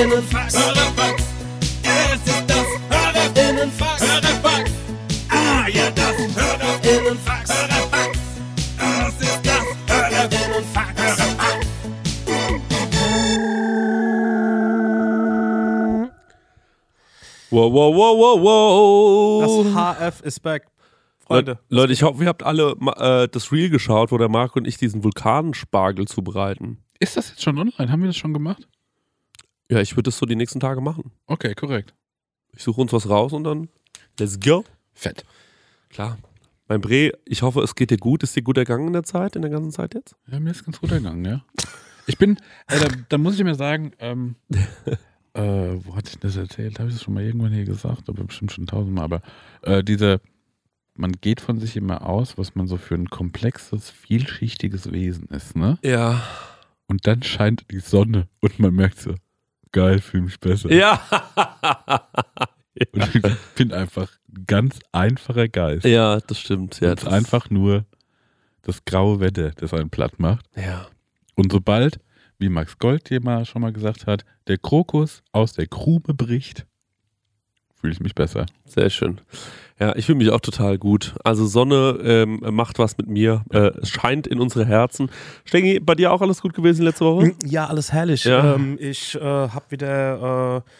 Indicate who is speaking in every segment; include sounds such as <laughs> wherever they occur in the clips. Speaker 1: Innenfax. Hörerfax. Ja, es ist das Hörerinnenfax. Hörerfax. Ah, ja, das Hörerinnenfax. Hörerfax. Das ist das Hörerinnenfax. Hörerfax.
Speaker 2: Wow, wow, wow, wow, wow.
Speaker 3: Das HF ist back. Freunde.
Speaker 2: Leut- Leute, ich hoffe, ihr habt alle ma- äh, das Reel geschaut, wo der Marco und ich diesen Vulkanspargel zubereiten.
Speaker 4: Ist das jetzt schon online? Haben wir das schon gemacht?
Speaker 2: Ja, ich würde das so die nächsten Tage machen.
Speaker 4: Okay, korrekt.
Speaker 2: Ich suche uns was raus und dann let's go.
Speaker 4: Fett.
Speaker 2: Klar. Mein Bre, ich hoffe, es geht dir gut. Ist dir gut ergangen in der Zeit, in der ganzen Zeit jetzt?
Speaker 4: Ja, mir ist ganz gut ergangen, ja. Ich bin, äh, da, da muss ich mir sagen, ähm, äh, wo hatte ich das erzählt? Habe ich das schon mal irgendwann hier gesagt? Aber bestimmt schon tausendmal. Aber äh, diese, man geht von sich immer aus, was man so für ein komplexes, vielschichtiges Wesen ist, ne?
Speaker 2: Ja.
Speaker 4: Und dann scheint die Sonne und man merkt so, geil, fühle mich besser.
Speaker 2: Ja.
Speaker 4: Und ich bin einfach ein ganz einfacher
Speaker 2: <laughs>
Speaker 4: Geist.
Speaker 2: ja, das stimmt. Ja,
Speaker 4: Ja, es ist
Speaker 2: das
Speaker 4: einfach nur das graue Wetter, das einen platt macht.
Speaker 2: Ja.
Speaker 4: Und sobald, wie Max Gold hier mal schon mal gesagt hat, der Krokus aus der Krume bricht, fühle ich mich besser.
Speaker 2: Sehr schön. Ja, ich fühle mich auch total gut. Also Sonne ähm, macht was mit mir, äh, es scheint in unsere Herzen. Stengi, bei dir auch alles gut gewesen letzte Woche?
Speaker 3: Ja, alles herrlich.
Speaker 2: Ja.
Speaker 3: Ähm, ich äh, habe wieder. Äh,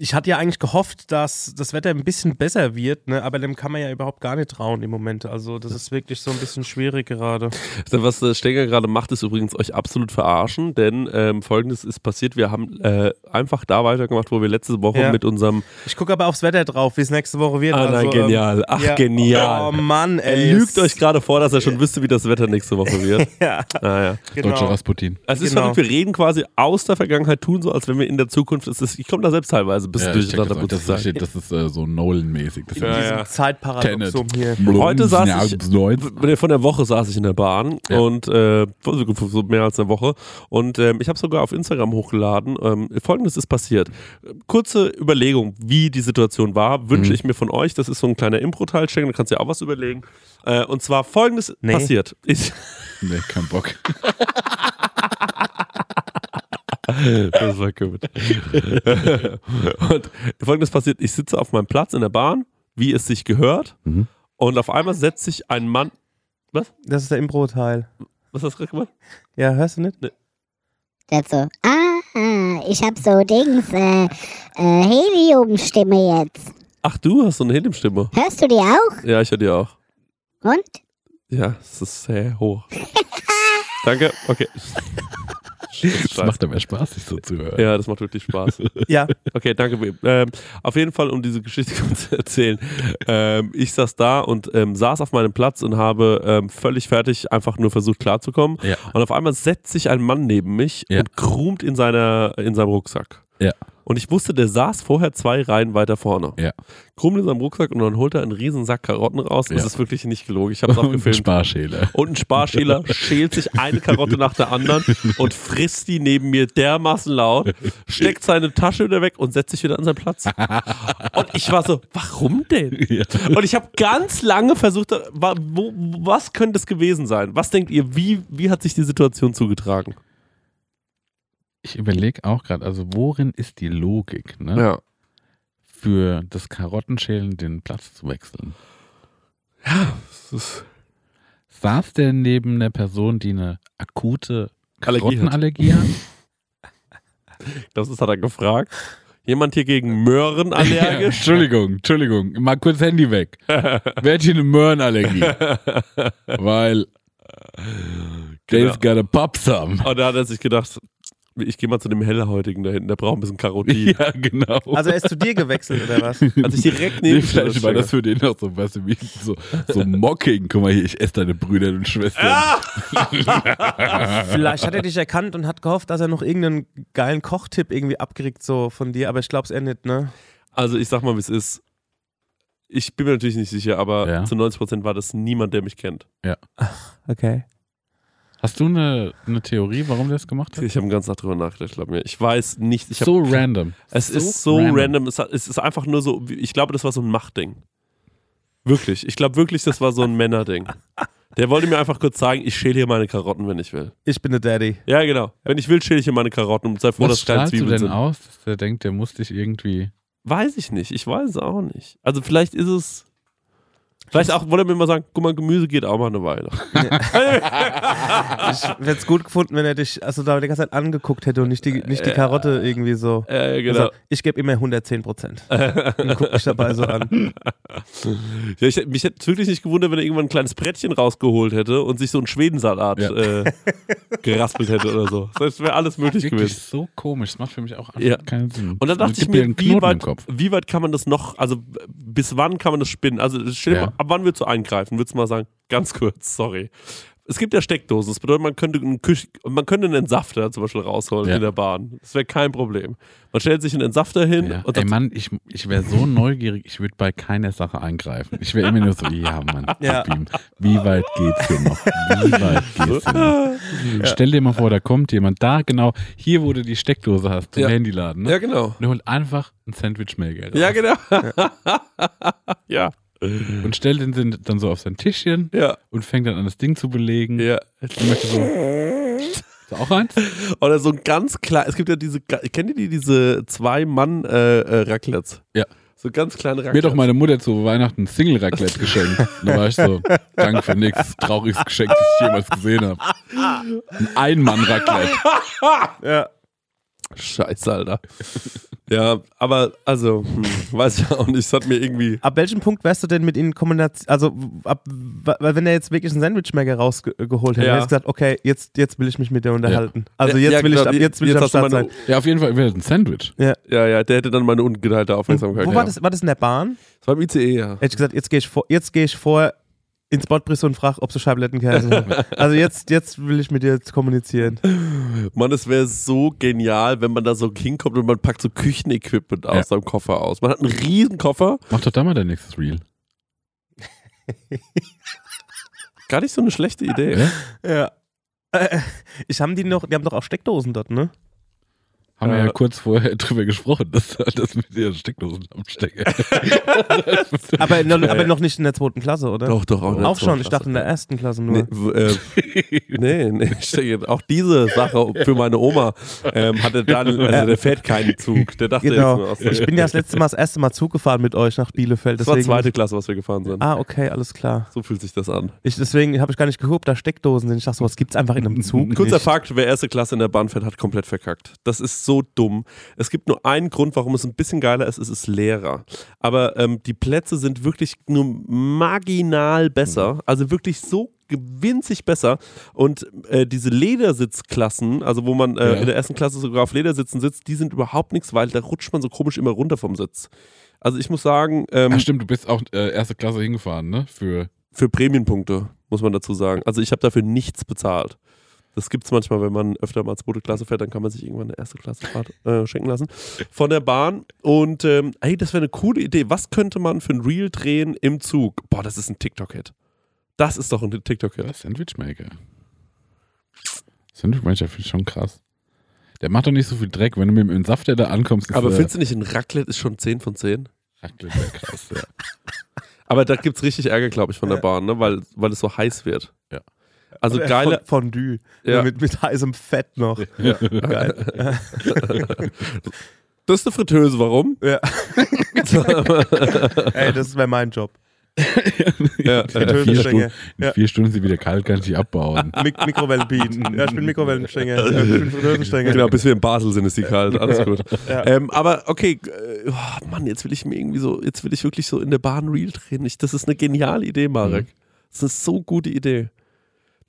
Speaker 3: ich hatte ja eigentlich gehofft, dass das Wetter ein bisschen besser wird, ne? aber dem kann man ja überhaupt gar nicht trauen im Moment. Also, das ist wirklich so ein bisschen schwierig gerade.
Speaker 2: Was äh, Stenger gerade macht, ist übrigens euch absolut verarschen, denn ähm, folgendes ist passiert. Wir haben äh, einfach da weitergemacht, wo wir letzte Woche
Speaker 3: Ja.
Speaker 2: mit unserem
Speaker 3: Ich gucke aber aufs Wetter drauf, wie es nächste Woche wird.
Speaker 2: Ah nein,
Speaker 3: also, ähm,
Speaker 2: genial. Ach,
Speaker 3: ja.
Speaker 2: genial.
Speaker 3: Oh Mann, ey.
Speaker 2: er lügt euch gerade vor, dass er schon wüsste, wie das Wetter nächste Woche wird.
Speaker 3: <laughs> Ja,
Speaker 2: Naja.
Speaker 4: Deutscher
Speaker 3: genau.
Speaker 4: Rasputin.
Speaker 2: Also es ist
Speaker 3: Genau.
Speaker 2: verrückt, wir reden quasi aus der Vergangenheit, tun so, als wenn wir in der Zukunft. Es ist, ich komme da selbst teilweise ein bisschen
Speaker 4: Ja, ich check
Speaker 2: durcheinander,
Speaker 4: das, auch.
Speaker 2: muss ich
Speaker 4: das,
Speaker 2: sagen.
Speaker 4: ist, das ist äh, so Nolan-mäßig. Das
Speaker 3: In
Speaker 4: ist
Speaker 2: halt Ja,
Speaker 3: diesem
Speaker 2: ja.
Speaker 3: Zeitparadoxum hier.
Speaker 2: Heute saß ich-
Speaker 4: ich.
Speaker 2: B- Von der Woche saß ich in der Bahn
Speaker 4: Ja.
Speaker 2: und äh, so so mehr als eine Woche und ähm, ich habe sogar auf Instagram hochgeladen. Ähm, Folgendes ist passiert. Kurze Überlegung, wie die Situation war, wünsche
Speaker 4: Mhm.
Speaker 2: ich mir von euch. Das ist so ein kleiner Impro-Teil, Schengen, da kannst du dir auch was überlegen. Äh, und zwar Folgendes
Speaker 3: Nee.
Speaker 2: passiert. Ich,
Speaker 4: Nee, kein
Speaker 2: <laughs>
Speaker 4: Bock.
Speaker 2: das war gut. <laughs> und Folgendes passiert. Ich sitze auf meinem Platz in der Bahn, wie es sich gehört
Speaker 4: Mhm.
Speaker 2: und auf einmal setzt sich ein Mann...
Speaker 3: Das ist der Impro-Teil.
Speaker 2: Was hast du gerade gemacht?
Speaker 3: Ja, hörst du nicht?
Speaker 5: Der hat so, ah, ah, ich hab so Dings, äh, äh, Heliumstimme jetzt.
Speaker 2: Ach du, hast so eine Heliumstimme.
Speaker 5: Hörst du die auch?
Speaker 2: Ja, ich höre dir auch.
Speaker 5: Und?
Speaker 2: Ja, es ist sehr
Speaker 4: <laughs>
Speaker 2: hoch. Danke, okay.
Speaker 4: Das macht aber Spaß, sich so zu hören.
Speaker 2: ja, das macht wirklich Spaß.
Speaker 3: Ja,
Speaker 2: Okay, danke. Ähm, auf jeden Fall, um diese Geschichte <laughs> kurz zu erzählen. Ähm, ich saß da und ähm, saß auf meinem Platz und habe ähm, völlig fertig einfach nur versucht klarzukommen.
Speaker 4: Ja.
Speaker 2: Und auf einmal setzt sich ein Mann neben mich
Speaker 4: Ja.
Speaker 2: und krumt in, seiner, in seinem Rucksack.
Speaker 4: Ja.
Speaker 2: Und ich wusste, der saß vorher zwei Reihen weiter vorne.
Speaker 4: Ja.
Speaker 2: Krumt in seinem Rucksack und dann holt er einen riesen Sack Karotten raus.
Speaker 4: Ja.
Speaker 2: Das ist wirklich nicht gelogen. Ich habe
Speaker 4: <laughs>
Speaker 2: es auch
Speaker 4: Und ein
Speaker 2: gefilmt. Oh.
Speaker 4: Sparschäler.
Speaker 2: Und ein Sparschäler schält sich eine Karotte nach der anderen und frisst die neben mir dermaßen laut, steckt seine Tasche wieder weg und setzt sich wieder an seinen Platz. Und ich war so, warum denn?
Speaker 4: Ja.
Speaker 2: Und ich habe ganz lange versucht, wa- wo, was könnte es gewesen sein? Was denkt ihr, wie, wie hat sich die Situation zugetragen?
Speaker 4: Ich überlege auch gerade, also worin ist die Logik, ne?
Speaker 2: Ja.
Speaker 4: Für das Karottenschälen den Platz zu wechseln.
Speaker 2: Das ist
Speaker 4: Saß der neben einer Person, die eine akute
Speaker 2: Allergie hat.
Speaker 4: Karottenallergie <laughs> hat?
Speaker 2: Das ist, hat er gefragt. Jemand hier gegen Möhren allergisch?
Speaker 4: <laughs> Entschuldigung, Entschuldigung. Mal kurz Handy weg. <laughs> Wer hat hier eine <laughs> Möhrenallergie? Weil
Speaker 2: Genau.
Speaker 4: Dave's got a pop some.
Speaker 2: Und da hat er sich gedacht, ich gehe mal zu dem Hellhäutigen da hinten, der braucht ein bisschen Karotin.
Speaker 4: <laughs> Ja, genau.
Speaker 3: also er ist zu dir gewechselt oder was?
Speaker 2: <laughs> Als ich direkt neben
Speaker 4: <laughs> Nee,
Speaker 2: ihm
Speaker 4: vielleicht war
Speaker 2: stand.
Speaker 4: das für den auch so, weißt du, wie so,
Speaker 2: <laughs>
Speaker 4: so Mocking. Guck mal hier, ich esse deine Brüder und Schwestern.
Speaker 2: Ah!
Speaker 3: Vielleicht hat er dich erkannt und hat gehofft, dass er noch irgendeinen geilen Kochtipp irgendwie abkriegt so von dir, aber ich glaub's eher nicht, ne?
Speaker 2: Also ich sag mal, wie es ist. Ich bin mir natürlich nicht sicher, aber
Speaker 4: Ja.
Speaker 2: zu 90% war das niemand, der mich kennt.
Speaker 3: Okay.
Speaker 4: Hast du eine, eine Theorie, warum der das gemacht hat?
Speaker 2: Ich habe den ganzen Tag drüber nachgedacht, glaub mir. Ich weiß nicht. Ich hab,
Speaker 4: so random.
Speaker 2: es ist so random. Es, hat, es ist einfach nur so, wie- ich glaube, das war so ein Machtding. Wirklich. Ich glaube wirklich, das war so ein Männerding. Der wollte mir einfach kurz sagen, ich schäle hier meine Karotten, wenn ich will.
Speaker 3: Ich bin der Daddy.
Speaker 2: Ja, genau. Wenn ich will, schäle ich hier meine Karotten und sei froh,
Speaker 4: Was
Speaker 2: dass es keine
Speaker 4: strahlst du
Speaker 2: Zwiebeln
Speaker 4: denn
Speaker 2: sind.
Speaker 4: aus, dass der denkt, der muss dich irgendwie.
Speaker 2: Weiß ich nicht. Ich weiß es auch nicht. Also vielleicht ist es. Vielleicht auch, wollte er mir mal sagen, guck mal, Gemüse geht auch mal eine Weile.
Speaker 3: Ich hätte es gut gefunden, wenn er dich also da die ganze Zeit angeguckt hätte und nicht die, nicht die Karotte irgendwie so.
Speaker 2: Äh,
Speaker 4: genau.
Speaker 3: Also, ich gebe immer 110 Prozent. Und guck mich dabei so an.
Speaker 2: Ja, ich, mich hätte es wirklich nicht gewundert, wenn er irgendwann ein kleines Brettchen rausgeholt hätte und sich so einen Schwedensalat
Speaker 4: Ja.
Speaker 2: äh, <laughs> geraspelt hätte oder so. Das wäre alles möglich
Speaker 4: Wirklich
Speaker 2: gewesen.
Speaker 4: so komisch. Das macht für mich auch einfach
Speaker 2: Ja.
Speaker 4: keinen Sinn.
Speaker 2: Und dann
Speaker 4: Das
Speaker 2: dachte ich
Speaker 4: gibt dir
Speaker 2: mir,
Speaker 4: einen
Speaker 2: wie
Speaker 4: Knoten im
Speaker 2: weit,
Speaker 4: Kopf.
Speaker 2: wie weit kann man das noch, also b- bis wann kann man das spinnen? Also stell dir
Speaker 4: Ja.
Speaker 2: mal, ab wann würdest du eingreifen? Würdest du mal sagen, ganz kurz, sorry. Es gibt ja Steckdosen, das bedeutet, man könnte einen, Küch man könnte einen Entsafter zum Beispiel rausholen
Speaker 4: Ja.
Speaker 2: in der Bahn. Das wäre kein Problem. Man stellt sich einen Entsafter hin
Speaker 4: Ja.
Speaker 2: und
Speaker 4: Ey
Speaker 2: sagt,
Speaker 4: Mann, ich, ich wäre so neugierig, ich würde bei keiner Sache eingreifen. Ich wäre immer nur so, ja Mann,
Speaker 3: Ja.
Speaker 4: gib ihm. wie weit geht's hier noch? Wie
Speaker 2: <laughs>
Speaker 4: weit geht's hier noch? Stell dir mal vor, da kommt jemand, da genau, hier wo du die Steckdose hast, zum
Speaker 2: Ja.
Speaker 4: Handyladen. Ne?
Speaker 2: ja genau.
Speaker 4: Und er holt einfach ein Sandwich mehr Geld.
Speaker 2: Ja, genau. ja,
Speaker 4: Und stellt den Sinn dann so auf sein Tischchen
Speaker 2: <laughs> ja,
Speaker 4: und fängt dann an, das Ding zu belegen.
Speaker 2: ja.
Speaker 4: Und
Speaker 2: <laughs>
Speaker 4: möchte so, ist da auch eins?
Speaker 2: Oder so ein ganz klein, es gibt ja diese, ga- kennt ihr die, diese Zwei-Mann-Raclets?
Speaker 4: Ja.
Speaker 2: So ganz kleine
Speaker 4: Mir
Speaker 2: Raclets.
Speaker 4: hat doch meine Mutter zu Weihnachten Single Raclette geschenkt. Da war ich so, danke für nichts, trauriges Geschenk, das ich jemals gesehen habe. Ein Einmann Raclette.
Speaker 3: Ja.
Speaker 2: Scheiße, Alter. <laughs> ja, aber, also, hm, weiß ich auch nicht, es hat mir irgendwie...
Speaker 3: Ab welchem Punkt wärst du denn mit ihnen Kombination, also w- ab, w- weil wenn er jetzt wirklich einen Sandwichmaker rausgeholt hätte,
Speaker 2: Ja.
Speaker 3: hätte ich gesagt, okay, jetzt, jetzt will ich mich mit dir unterhalten. Also
Speaker 2: Ja,
Speaker 3: jetzt
Speaker 2: ja,
Speaker 3: will ich,
Speaker 2: genau,
Speaker 3: ab, jetzt will ich am
Speaker 2: hast du
Speaker 3: Start sein.
Speaker 2: meine-
Speaker 4: Ja, auf jeden Fall, wir hatten ein Sandwich.
Speaker 2: Ja, ja, der hätte dann meine ungeteilte
Speaker 3: Und
Speaker 2: Aufmerksamkeit.
Speaker 3: wo war
Speaker 2: gehabt.
Speaker 3: das, war das in der Bahn?
Speaker 2: Das war im ICE, ja.
Speaker 3: Hätte ich gesagt, jetzt gehe ich vor, jetzt gehe ich vor ins Bordbrisse und frage, ob sie
Speaker 2: <laughs>
Speaker 3: Scheiblettenkäse haben. Also jetzt, jetzt will ich mit dir jetzt kommunizieren.
Speaker 2: Mann, es wäre so genial, wenn man da so hinkommt und man packt so Küchenequipment aus
Speaker 4: Ja.
Speaker 2: seinem Koffer aus. Man hat einen riesen Koffer,
Speaker 4: Mach doch da mal dein nächstes Reel.
Speaker 2: gar nicht so eine schlechte Idee.
Speaker 3: Ja.
Speaker 4: Ja?
Speaker 3: Äh, Ich haben die noch, die haben doch auch Steckdosen dort,
Speaker 2: <laughs>
Speaker 3: ne?
Speaker 4: Haben wir
Speaker 2: Äh.
Speaker 4: ja kurz vorher <laughs> drüber gesprochen, dass das mit den Steckdosen am
Speaker 2: <laughs>
Speaker 4: Stecker.
Speaker 3: Aber, noch- aber noch nicht in der zweiten Klasse, oder?
Speaker 2: Doch, doch, auch, in der
Speaker 3: Auch schon, ich
Speaker 2: Zooklasse.
Speaker 3: dachte in der ersten Klasse nur.
Speaker 2: Nee, w- äh, <laughs> nee, nee, ich denke, auch diese Sache für meine Oma ähm, hatte
Speaker 3: <laughs>
Speaker 2: Daniel, also der fährt keinen Zug. Der dachte
Speaker 3: Genau.
Speaker 2: jetzt nur aus
Speaker 3: Ich
Speaker 2: <laughs>
Speaker 3: bin ja das letzte Mal das erste Mal Zug gefahren mit euch nach Bielefeld.
Speaker 2: Das war
Speaker 3: Deswegen,
Speaker 2: zweite Klasse, was wir gefahren sind.
Speaker 3: Ah, okay, alles klar.
Speaker 2: So fühlt sich das an.
Speaker 3: Ich, deswegen habe ich gar nicht geguckt, ob da Steckdosen sind. Ich dachte, sowas gibt es einfach in
Speaker 2: <laughs>
Speaker 3: einem Zug.
Speaker 2: Kurzer
Speaker 3: nicht.
Speaker 2: Fakt, wer erste Klasse in der Bahn fährt, hat komplett verkackt. Das ist so dumm. Es gibt nur einen Grund, warum es ein bisschen geiler ist, es ist leerer. Aber ähm, die Plätze sind wirklich nur marginal
Speaker 4: Mhm.
Speaker 2: besser, also wirklich so winzig besser. Und äh, diese Ledersitzklassen, also wo man äh,
Speaker 4: Ja.
Speaker 2: in der ersten Klasse sogar auf Ledersitzen sitzt, die sind überhaupt nichts, weil da rutscht man so komisch immer runter vom Sitz. Also ich muss sagen,
Speaker 4: Ach
Speaker 2: ähm,
Speaker 4: stimmt, du bist auch äh, erste Klasse hingefahren, ne? Für
Speaker 2: für Prämienpunkte, muss man dazu sagen. Also ich habe dafür nichts bezahlt. Das gibt es manchmal, wenn man öfter mal zweite Klasse fährt, dann kann man sich irgendwann eine erste Klasse Fahrt äh, schenken lassen. Von der Bahn. Und ähm, ey, das wäre eine coole Idee. Was könnte man für ein Reel drehen im Zug? Boah, das ist ein TikTok-Hit. Das ist doch ein TikTok-Hit.
Speaker 4: Sandwichmaker. Sandwichmaker finde ich schon krass. Der macht doch nicht so viel Dreck. Wenn du mit dem Safter da ankommst, ist
Speaker 2: Aber
Speaker 4: der
Speaker 2: findest du nicht, ein Raclette ist schon 10 von 10?
Speaker 4: Raclette wär krass, ja.
Speaker 2: Aber da gibt es richtig Ärger, glaube ich, von der Bahn, ne? weil, weil es so heiß wird.
Speaker 4: Ja.
Speaker 2: Also
Speaker 3: Äh,
Speaker 2: geile,
Speaker 3: Fond- Fondue.
Speaker 2: Ja.
Speaker 3: Mit, mit heißem Fett noch. <laughs> Geil.
Speaker 2: <laughs> das ist eine Fritteuse, warum?
Speaker 3: Ja. Ey, das wäre mein Job.
Speaker 2: Ja,
Speaker 4: In vier,
Speaker 3: Tötenstänger.
Speaker 4: Stunden, in
Speaker 3: Ja.
Speaker 4: vier Stunden sind wieder kalt, kann ich dich abbauen.
Speaker 3: Mik Mikrowellenbeat. Ja, ich bin Mikrowellenstänger. Ja, ich bin
Speaker 2: <laughs>
Speaker 3: Friteusenstänger.
Speaker 2: Genau, bis wir in Basel sind, ist die kalt. Alles gut.
Speaker 3: Ja.
Speaker 2: Ähm, aber okay, äh, oh, Mann, jetzt will ich mir irgendwie so, jetzt will ich wirklich so in der Bahn Reel drehen. Ich, das ist eine geniale Idee, Marek. Das ist eine so gute Idee.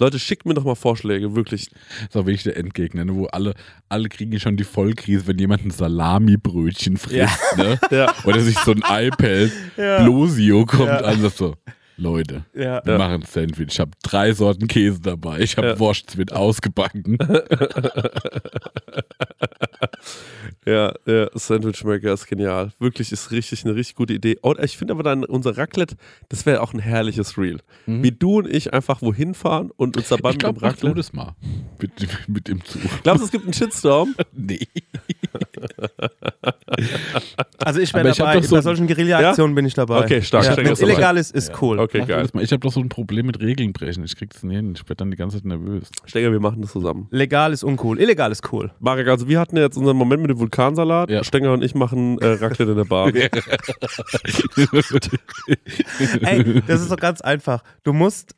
Speaker 2: Leute, schickt mir doch mal Vorschläge, wirklich.
Speaker 4: So wie ich der Endgegner, ne? wo alle, alle kriegen ja schon die Vollkrise, wenn jemand ein Salami-Brötchen frisst, ne?
Speaker 2: Ja.
Speaker 4: Oder sich so ein iPad,
Speaker 3: <laughs> Ja.
Speaker 4: Blosio kommt
Speaker 3: Ja.
Speaker 4: an und sagt so, Leute,
Speaker 3: Ja.
Speaker 4: wir machen ein Sandwich. Ich habe drei Sorten Käse dabei. Ich habe
Speaker 2: Ja.
Speaker 4: Wurst mit ausgebacken.
Speaker 3: <laughs>
Speaker 2: Ja, ja, Sandwichmaker ist genial. Wirklich, ist richtig eine richtig gute Idee. Und äh, ich finde aber dann unser Raclette, das wäre auch ein herrliches Reel. Wie du und ich einfach wohin fahren und uns dabei
Speaker 4: ich
Speaker 2: mit dem
Speaker 4: glaube, mach du
Speaker 2: Raclette.
Speaker 4: das mal.
Speaker 3: <laughs>
Speaker 4: Mit, mit dem Zug.
Speaker 2: Glaubst du, es gibt einen Shitstorm?
Speaker 4: Nee.
Speaker 3: Also ich wäre
Speaker 4: Aber ich hab
Speaker 3: dabei.
Speaker 4: doch so-
Speaker 3: Bei solchen Guerilla-Aktionen bin ich dabei.
Speaker 2: Okay, stark. Streng
Speaker 3: Wenn
Speaker 2: das
Speaker 3: es
Speaker 2: dabei.
Speaker 3: illegal ist, ist cool.
Speaker 2: Okay,
Speaker 4: Mach du
Speaker 2: geil.
Speaker 4: das mal. Ich habe doch so ein Problem mit Regeln brechen. Ich krieg das nie hin. Ich werde dann die ganze Zeit nervös.
Speaker 2: Stecker, wir machen das zusammen.
Speaker 3: Legal ist uncool. Illegal ist cool.
Speaker 2: Marek, also wir hatten ja jetzt unseren Moment mit dem Vulkansalat.
Speaker 4: Ja.
Speaker 2: Stenger und ich machen äh, Raclette in der <laughs> Bar.
Speaker 3: <laughs>
Speaker 4: <laughs>
Speaker 3: Ey, das ist doch ganz einfach. Du musst.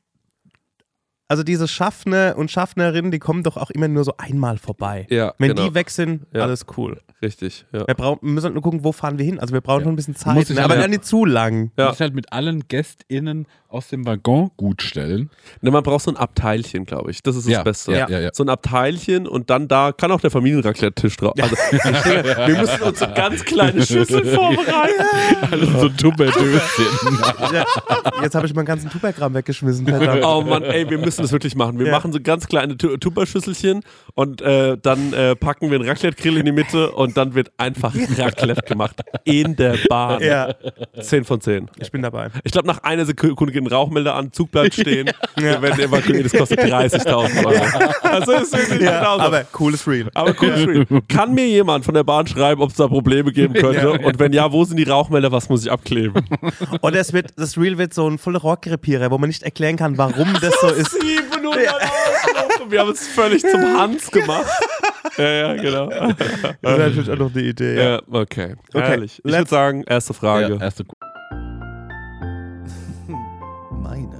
Speaker 3: Also diese Schaffner und Schaffnerinnen, die kommen doch auch immer nur so einmal vorbei.
Speaker 2: Ja,
Speaker 3: Wenn
Speaker 2: genau.
Speaker 3: die weg sind,
Speaker 2: Ja.
Speaker 3: alles cool.
Speaker 2: Richtig, ja.
Speaker 3: Wir, brauchen, wir müssen halt nur gucken, wo fahren wir hin. Also wir brauchen
Speaker 4: Ja.
Speaker 3: schon ein bisschen
Speaker 4: Muss
Speaker 3: Zeit,
Speaker 4: ich
Speaker 3: ne? aber
Speaker 4: ja-
Speaker 3: dann nicht zu lang.
Speaker 2: Ja.
Speaker 4: Ja. halt mit allen GästInnen aus dem Waggon gutstellen.
Speaker 2: Ne, man braucht so ein Abteilchen, glaube ich. Das ist das
Speaker 4: Ja,
Speaker 2: Beste.
Speaker 4: ja, ja, ja.
Speaker 2: So ein Abteilchen und dann da kann auch der Familienraclette-Tisch drauf. Also,
Speaker 4: <laughs>
Speaker 2: wir müssen uns so ganz kleine Schüsseln vorbereiten.
Speaker 4: <laughs> Alle so dumme <laughs> Döschen.
Speaker 3: Ja. Jetzt habe ich meinen ganzen Tubergramm weggeschmissen. verdammt.
Speaker 2: <laughs> Oh Mann, ey, wir müssen das wirklich machen. Wir
Speaker 3: Ja.
Speaker 2: machen so ganz kleine Tu- Tupper-Schüsselchen und äh, dann äh, packen wir einen Raclette-Grill in die Mitte und dann wird einfach Raclette gemacht. In der Bahn.
Speaker 3: Ja,
Speaker 2: 10 von 10.
Speaker 3: ich bin dabei.
Speaker 2: Ich glaube, nach einer Sekunde gehen Rauchmelder an, Zug <laughs> bleibt stehen, wir
Speaker 3: Ja.
Speaker 2: werden evakuiert, das kostet 30.000 Euro. Also das ist wirklich
Speaker 3: Ja,
Speaker 2: genauso.
Speaker 3: aber cooles Reel.
Speaker 2: Aber cool, Stream. Kann mir jemand von der Bahn schreiben, ob es da Probleme geben könnte? Und wenn ja, wo sind die Rauchmelder? Was muss ich <laughs> abkleben?
Speaker 3: <laughs> Und das, wird, das Reel wird so ein voller Rohrkrepierer, wo man nicht erklären kann, warum das so ist.
Speaker 2: 700 Euro. Wir haben es völlig zum Hans gemacht. Ja, ja, genau.
Speaker 3: <laughs> Das ist natürlich auch noch eine Idee. Ja.
Speaker 2: Ja, okay. Herrlich. Ich würde
Speaker 3: let's-
Speaker 2: sagen, erste Frage.
Speaker 4: Ja, erste
Speaker 6: Meine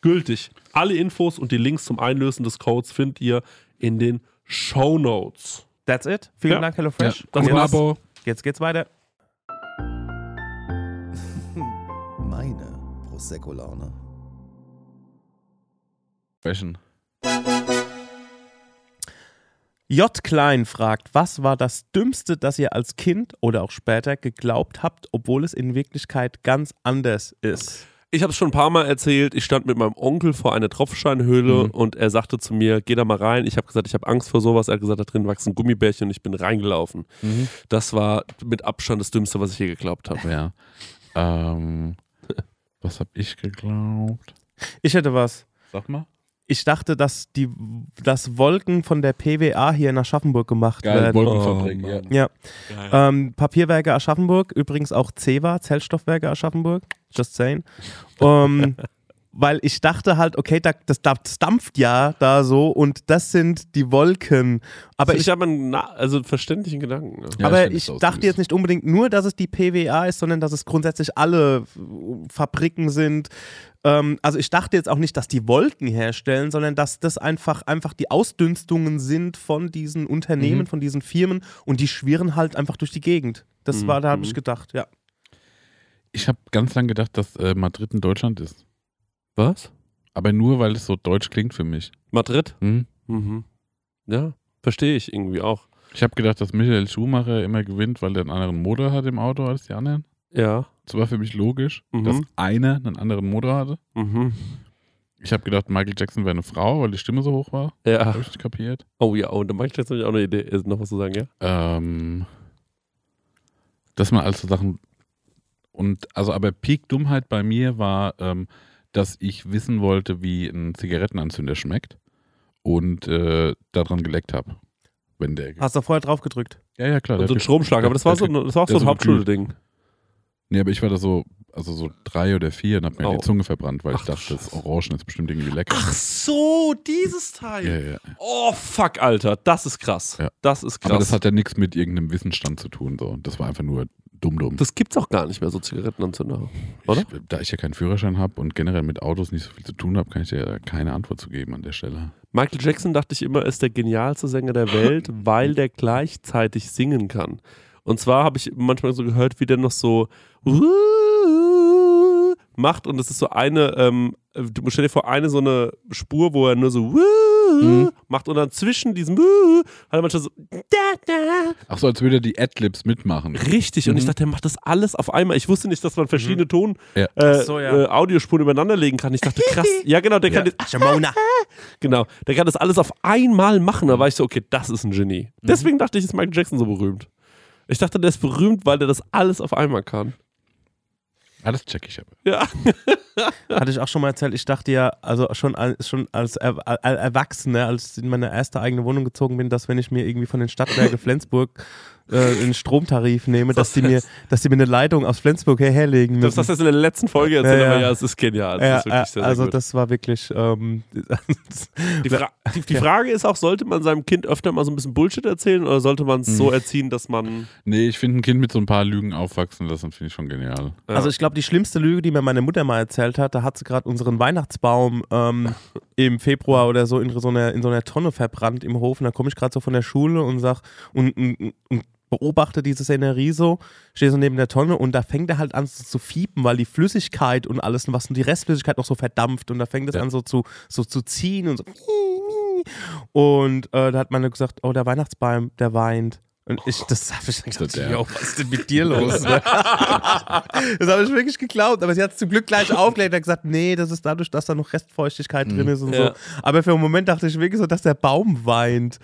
Speaker 2: gültig. Alle Infos und die Links zum Einlösen des Codes findet ihr in den Show Notes.
Speaker 3: That's it. Vielen
Speaker 2: Ja.
Speaker 3: Dank, HelloFresh.
Speaker 4: das
Speaker 3: Und
Speaker 4: war
Speaker 3: jetzt,
Speaker 4: Abo.
Speaker 3: jetzt geht's weiter.
Speaker 6: Meine Prosecco-Laune.
Speaker 4: Fashion.
Speaker 3: J. Klein fragt, was war das Dümmste, das ihr als Kind oder auch später geglaubt habt, obwohl es in Wirklichkeit ganz anders ist?
Speaker 2: Ich habe es schon ein paar Mal erzählt. Ich stand mit meinem Onkel vor einer Tropfsteinhöhle
Speaker 4: Mhm.
Speaker 2: und er sagte zu mir, geh da mal rein. Ich habe gesagt, ich habe Angst vor sowas. Er hat gesagt, da drin wachsen Gummibärchen und ich bin reingelaufen. Das war mit Abstand das Dümmste, was ich je geglaubt habe.
Speaker 4: Mhm. Ja. ähm, <laughs> was habe ich geglaubt?
Speaker 3: Ich hätte was.
Speaker 4: Sag mal.
Speaker 3: Ich dachte, dass die dass Wolken von der PWA hier in Aschaffenburg gemacht
Speaker 4: Geil,
Speaker 3: werden.
Speaker 4: Wolkenfabrik.
Speaker 2: Oh,
Speaker 4: ja.
Speaker 2: Mann.
Speaker 3: Ja. Ähm, Papierwerke Aschaffenburg, übrigens auch CEWA, Zellstoffwerke Aschaffenburg. Just saying. <laughs> Ähm, weil ich dachte halt, okay, da, das, das dampft ja da so und das sind die Wolken. Aber
Speaker 2: Aber
Speaker 3: ich
Speaker 2: ich habe einen, na- also einen verständlichen Gedanken. ne? Ja.
Speaker 4: Ja,
Speaker 3: aber
Speaker 4: find
Speaker 3: ich
Speaker 4: das auch
Speaker 3: dachte
Speaker 4: süß.
Speaker 3: jetzt nicht unbedingt nur, dass es die PWA ist, sondern dass es grundsätzlich alle F- Fabriken sind. Ähm, also ich dachte jetzt auch nicht, dass die Wolken herstellen, sondern dass das einfach, einfach die Ausdünstungen sind von diesen Unternehmen,
Speaker 4: Mhm.
Speaker 3: von diesen Firmen und die schwirren halt einfach durch die Gegend. Das war, da habe ich
Speaker 2: Mhm.
Speaker 3: gedacht, ja.
Speaker 4: Ich habe ganz lange gedacht, dass äh, Madrid in Deutschland ist.
Speaker 2: Was?
Speaker 4: Aber nur, weil es so deutsch klingt für mich.
Speaker 2: Madrid?
Speaker 4: Hm?
Speaker 2: Mhm. Ja, verstehe ich irgendwie auch.
Speaker 4: Ich habe gedacht, dass Michael Schumacher immer gewinnt, weil er einen anderen Motor hat im Auto als die anderen.
Speaker 2: Ja.
Speaker 4: Das war für mich logisch,
Speaker 2: Mhm.
Speaker 4: dass einer einen anderen Motor hatte.
Speaker 2: Mhm.
Speaker 4: Ich habe gedacht, Michael Jackson wäre eine Frau, weil die Stimme so hoch war.
Speaker 2: Ja.
Speaker 4: Habe ich nicht kapiert.
Speaker 2: Oh ja, und dann mache ich jetzt nämlich auch eine Idee, äh, noch was zu sagen, ja?
Speaker 4: Ähm, dass man also Sachen und also aber Peak Dummheit bei mir war, ähm, dass ich wissen wollte, wie ein Zigarettenanzünder schmeckt und äh, daran geleckt habe, wenn der.
Speaker 3: Hast du vorher drauf gedrückt?
Speaker 4: ja ja klar.
Speaker 2: Und Ah. so
Speaker 4: der-
Speaker 2: ein Stromschlag, aber das war so, ein- das war auch so
Speaker 4: Das
Speaker 2: ein
Speaker 4: ist ein
Speaker 2: Hauptschulding.
Speaker 4: Nee, aber ich war da so also so drei oder vier und habe mir
Speaker 2: Oh.
Speaker 4: die Zunge verbrannt, weil
Speaker 2: Ach
Speaker 4: ich
Speaker 2: du
Speaker 4: dachte, das
Speaker 2: Scheiße.
Speaker 4: Orangen ist bestimmt irgendwie lecker.
Speaker 2: Ach so, dieses Teil.
Speaker 4: ja, ja.
Speaker 2: Oh fuck, Alter, das ist krass.
Speaker 4: Ja.
Speaker 2: Das ist krass.
Speaker 4: Aber das hat ja nichts mit irgendeinem Wissensstand zu tun. So. Das war einfach nur dumm dumm.
Speaker 2: Das gibt's auch gar nicht mehr, so Zigarettenanzünder. oder?
Speaker 4: Ich, da ich ja keinen Führerschein habe und generell mit Autos nicht so viel zu tun habe, kann ich dir da keine Antwort zu geben an der Stelle.
Speaker 2: Michael Jackson dachte ich immer, ist der genialste Sänger der <laughs> Welt, weil der gleichzeitig singen kann. Und zwar habe ich manchmal so gehört, wie der noch so <laughs> macht und es ist so eine, ähm, du stell dir vor, eine so eine Spur, wo er nur so <laughs> macht und dann zwischen diesem <laughs> hat er manchmal so <laughs>
Speaker 4: Ach so, als würde er die Adlibs mitmachen.
Speaker 2: Richtig, und ich
Speaker 4: Mhm.
Speaker 2: dachte, der macht das alles auf einmal. Ich wusste nicht, dass man verschiedene Ton,
Speaker 4: Ja.
Speaker 2: äh,
Speaker 3: Ach so, Mhm. ja.
Speaker 2: äh, Audiospuren übereinander legen kann. Ich dachte,
Speaker 3: <laughs>
Speaker 2: krass, ja genau, der kann das,
Speaker 3: Jamona.
Speaker 2: genau, der kann das alles auf einmal machen.
Speaker 3: Mhm.
Speaker 2: Da war ich so, okay, das ist ein Genie. Deswegen dachte ich, ist Michael Jackson so berühmt. Ich dachte, der ist berühmt, weil der das alles auf einmal kann.
Speaker 4: Ah, das check ich aber.
Speaker 2: Ja.
Speaker 3: Mhm. Hatte ich auch schon mal erzählt, ich dachte ja, also schon als, schon als er, er, Erwachsener, als ich in meine erste eigene Wohnung gezogen bin, dass wenn ich mir irgendwie von den Stadtwerken Flensburg äh, einen Stromtarif nehme, dass
Speaker 2: <laughs>
Speaker 3: die, mir, dass die mir eine Leitung aus Flensburg her- herlegen müssen.
Speaker 2: Das hast du jetzt in der letzten Folge erzählt,
Speaker 3: Ja, ja.
Speaker 2: aber ja, es ist genial.
Speaker 3: ja,
Speaker 2: es ist wirklich
Speaker 3: äh,
Speaker 2: sehr, sehr
Speaker 3: also
Speaker 2: gut.
Speaker 3: das war wirklich ähm, <laughs>
Speaker 2: die, Fra die, die Frage ist auch, sollte man seinem Kind öfter mal so ein bisschen Bullshit erzählen oder sollte man es
Speaker 3: Mhm.
Speaker 2: so erziehen, dass man.
Speaker 4: Nee, ich finde ein Kind mit so ein paar Lügen aufwachsen lassen, finde ich schon genial.
Speaker 2: Ja.
Speaker 3: Also ich glaube, die schlimmste Lüge, die mir meine Mutter mal erzählt hat, da hat sie gerade unseren Weihnachtsbaum
Speaker 4: <laughs>
Speaker 3: ähm, im Februar oder so in so einer, in so einer Tonne verbrannt im Hof. Und da komme ich gerade so von der Schule und sag und, und, und beobachte diese Szenerie so, stehe so neben der Tonne und da fängt er halt an so zu fiepen, weil die Flüssigkeit und alles und was und die Restflüssigkeit noch so verdampft und da fängt es
Speaker 4: Ja.
Speaker 3: an so zu, so zu ziehen und so. Und äh, da hat meine gesagt, oh, der Weihnachtsbaum, der weint. Und ich, das habe ich dann gedacht,
Speaker 4: der.
Speaker 3: yo, was ist denn mit dir los? ne? Das habe ich wirklich geglaubt, aber sie hat es zum Glück gleich aufgelegt und hat gesagt, nee, das ist dadurch, dass da noch Restfeuchtigkeit drin ist und
Speaker 2: Mhm. Ja.
Speaker 3: so. Aber für einen Moment dachte ich wirklich so, dass der Baum weint,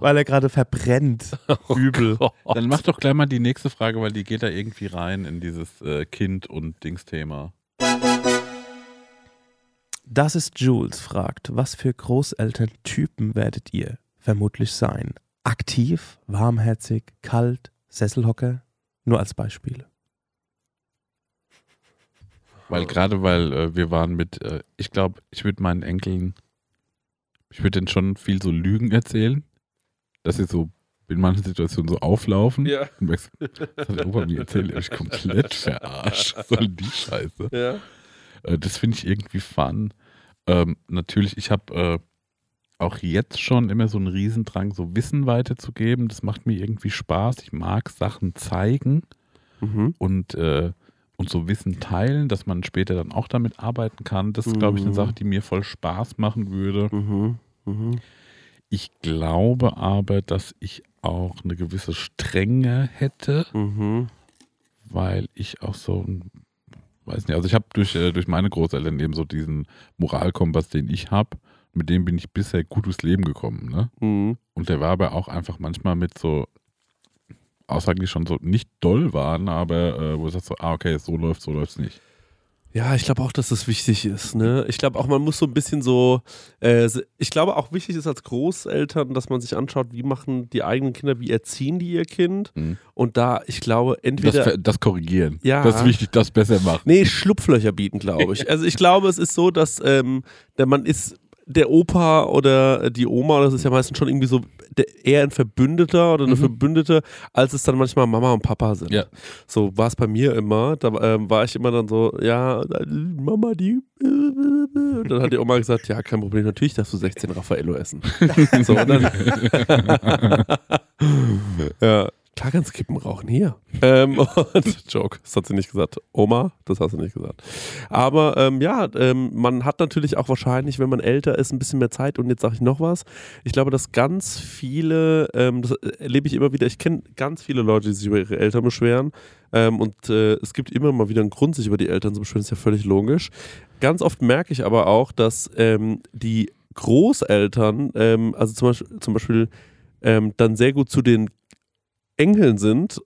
Speaker 3: weil er
Speaker 2: <laughs>
Speaker 3: gerade verbrennt.
Speaker 2: Oh
Speaker 3: Übel.
Speaker 4: <laughs> Dann mach doch gleich mal die nächste Frage, weil die geht da irgendwie rein in dieses äh, Kind- und Dings-Thema.
Speaker 3: Das ist Jules fragt, was für Großelterntypen werdet ihr vermutlich sein? Aktiv, warmherzig, kalt, Sesselhocker? Nur als Beispiele.
Speaker 4: Weil gerade, weil äh, wir waren mit, äh, ich glaube, ich würde meinen Enkeln, ich würde denen schon viel so Lügen erzählen, dass sie so in manchen Situationen so auflaufen.
Speaker 2: Ja,
Speaker 4: Und merkst, das hat der Opa mir erzählt, ihr habt mich komplett verarscht. Was soll die Scheiße?
Speaker 2: ja.
Speaker 4: Äh, das finde ich irgendwie fun. Ähm, natürlich, ich habe äh, auch jetzt schon immer so einen Riesendrang, so Wissen weiterzugeben. Das macht mir irgendwie Spaß. Ich mag Sachen zeigen
Speaker 2: Mhm.
Speaker 4: und, äh, und so Wissen teilen, dass man später dann auch damit arbeiten kann. Das ist, glaube ich, eine
Speaker 2: Mhm.
Speaker 4: Sache, die mir voll Spaß machen würde.
Speaker 2: Mhm. Mhm.
Speaker 4: Ich glaube aber, dass ich auch eine gewisse Strenge hätte,
Speaker 2: Mhm.
Speaker 4: weil ich auch so ein, weiß nicht, also ich habe durch, äh, durch meine Großeltern eben so diesen Moralkompass, den ich habe, mit dem bin ich bisher gut durchs Leben gekommen. Ne?
Speaker 2: Mhm.
Speaker 4: Und der war aber auch einfach manchmal mit so Aussagen, die schon so nicht doll waren, aber äh, wo du sagst so, ah, okay, so läuft, so läuft's nicht.
Speaker 2: Ja, ich glaube auch, dass das wichtig ist. Ne? Ich glaube auch, man muss so ein bisschen so. Äh, se- ich glaube auch, wichtig ist als Großeltern, dass man sich anschaut, wie machen die eigenen Kinder, wie erziehen die ihr Kind.
Speaker 4: Mhm.
Speaker 2: Und da, ich glaube,
Speaker 4: Das,
Speaker 2: entweder.
Speaker 4: ver- das korrigieren.
Speaker 2: Ja.
Speaker 4: Das ist wichtig, das besser machen.
Speaker 2: <laughs> Nee, Schlupflöcher bieten, glaube ich. Also ich glaube, es ist so, dass ähm, der Mann ist der Opa oder die Oma, das ist ja meistens schon irgendwie so der, eher ein Verbündeter oder eine Verbündete, als es dann manchmal Mama und Papa sind.
Speaker 4: Ja.
Speaker 2: So war es bei mir immer. Da ähm, war ich immer dann so, ja, äh, Mama, die. <laughs> äh, äh, äh. Dann hat die Oma gesagt, ja, kein Problem, natürlich darfst du 16 Raffaello essen. so, und dann, ja, klar kannst du Kippen rauchen, hier. <laughs> Ähm, und Joke, das hat sie nicht gesagt. Oma, das hast du nicht gesagt. Aber ähm, ja, ähm, man hat natürlich auch wahrscheinlich, wenn man älter ist, ein bisschen mehr Zeit. Und jetzt sage ich noch was. Ich glaube, dass ganz viele, ähm, das erlebe ich immer wieder, ich kenne ganz viele Leute, die sich über ihre Eltern beschweren. Ähm, und äh, es gibt immer mal wieder einen Grund, sich über die Eltern zu beschweren, ist ja völlig logisch. Ganz oft merke ich aber auch, dass ähm, die Großeltern, ähm, also zum Beispiel, zum Beispiel ähm, dann sehr gut zu den Enkeln sind.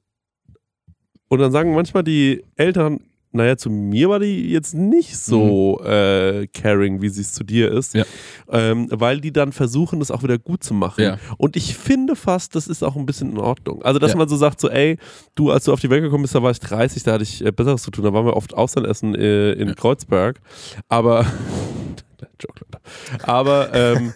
Speaker 2: Und dann sagen manchmal die Eltern, naja, zu mir war die jetzt nicht so äh, caring, wie sie es zu dir ist,
Speaker 4: Ja.
Speaker 2: ähm, weil die dann versuchen, das auch wieder gut zu machen.
Speaker 4: Ja.
Speaker 2: Und ich finde fast, das ist auch ein bisschen in Ordnung. Also, dass
Speaker 4: Ja.
Speaker 2: man so sagt, so, ey, du, als du auf die Welt gekommen bist, da war ich 30, da hatte ich äh, Besseres zu tun. Da waren wir oft Auslandessen äh, in
Speaker 4: Ja.
Speaker 2: Kreuzberg. Aber, <laughs> Joke, Leute. aber
Speaker 4: <laughs>
Speaker 2: ähm,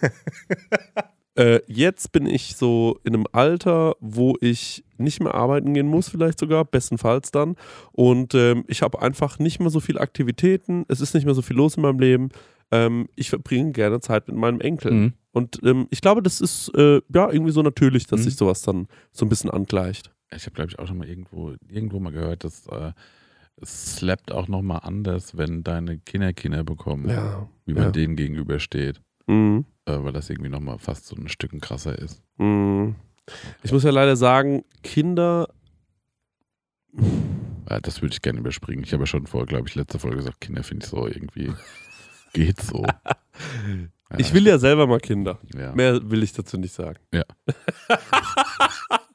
Speaker 2: äh, jetzt bin ich so in einem Alter, wo ich nicht mehr arbeiten gehen muss, vielleicht sogar, bestenfalls dann. Und ähm, ich habe einfach nicht mehr so viele Aktivitäten. Es ist nicht mehr so viel los in meinem Leben. Ähm, ich verbringe gerne Zeit mit meinem Enkel.
Speaker 4: Mhm.
Speaker 2: Und ähm, ich glaube, das ist äh, ja irgendwie so natürlich, dass
Speaker 4: Mhm.
Speaker 2: sich sowas dann so ein bisschen angleicht.
Speaker 4: Ich habe, glaube ich, auch schon mal irgendwo, irgendwo mal gehört, dass äh, es slappt auch nochmal anders, wenn deine Kinder Kinder bekommen,
Speaker 2: Ja.
Speaker 4: wie man
Speaker 2: ja.
Speaker 4: denen gegenübersteht,
Speaker 2: Mhm.
Speaker 4: äh, weil das irgendwie nochmal fast so ein Stück krasser ist.
Speaker 2: Mhm. Ich muss ja leider sagen, Kinder.
Speaker 4: Ja, das würde ich gerne überspringen. Ich habe ja schon vor, glaube ich, letzte Folge gesagt, Kinder finde ich so
Speaker 2: <laughs>
Speaker 4: irgendwie, geht so. Ja,
Speaker 2: Ich will ja selber mal Kinder.
Speaker 4: ja.
Speaker 2: Mehr will ich dazu nicht sagen.
Speaker 4: Ja.
Speaker 2: <laughs>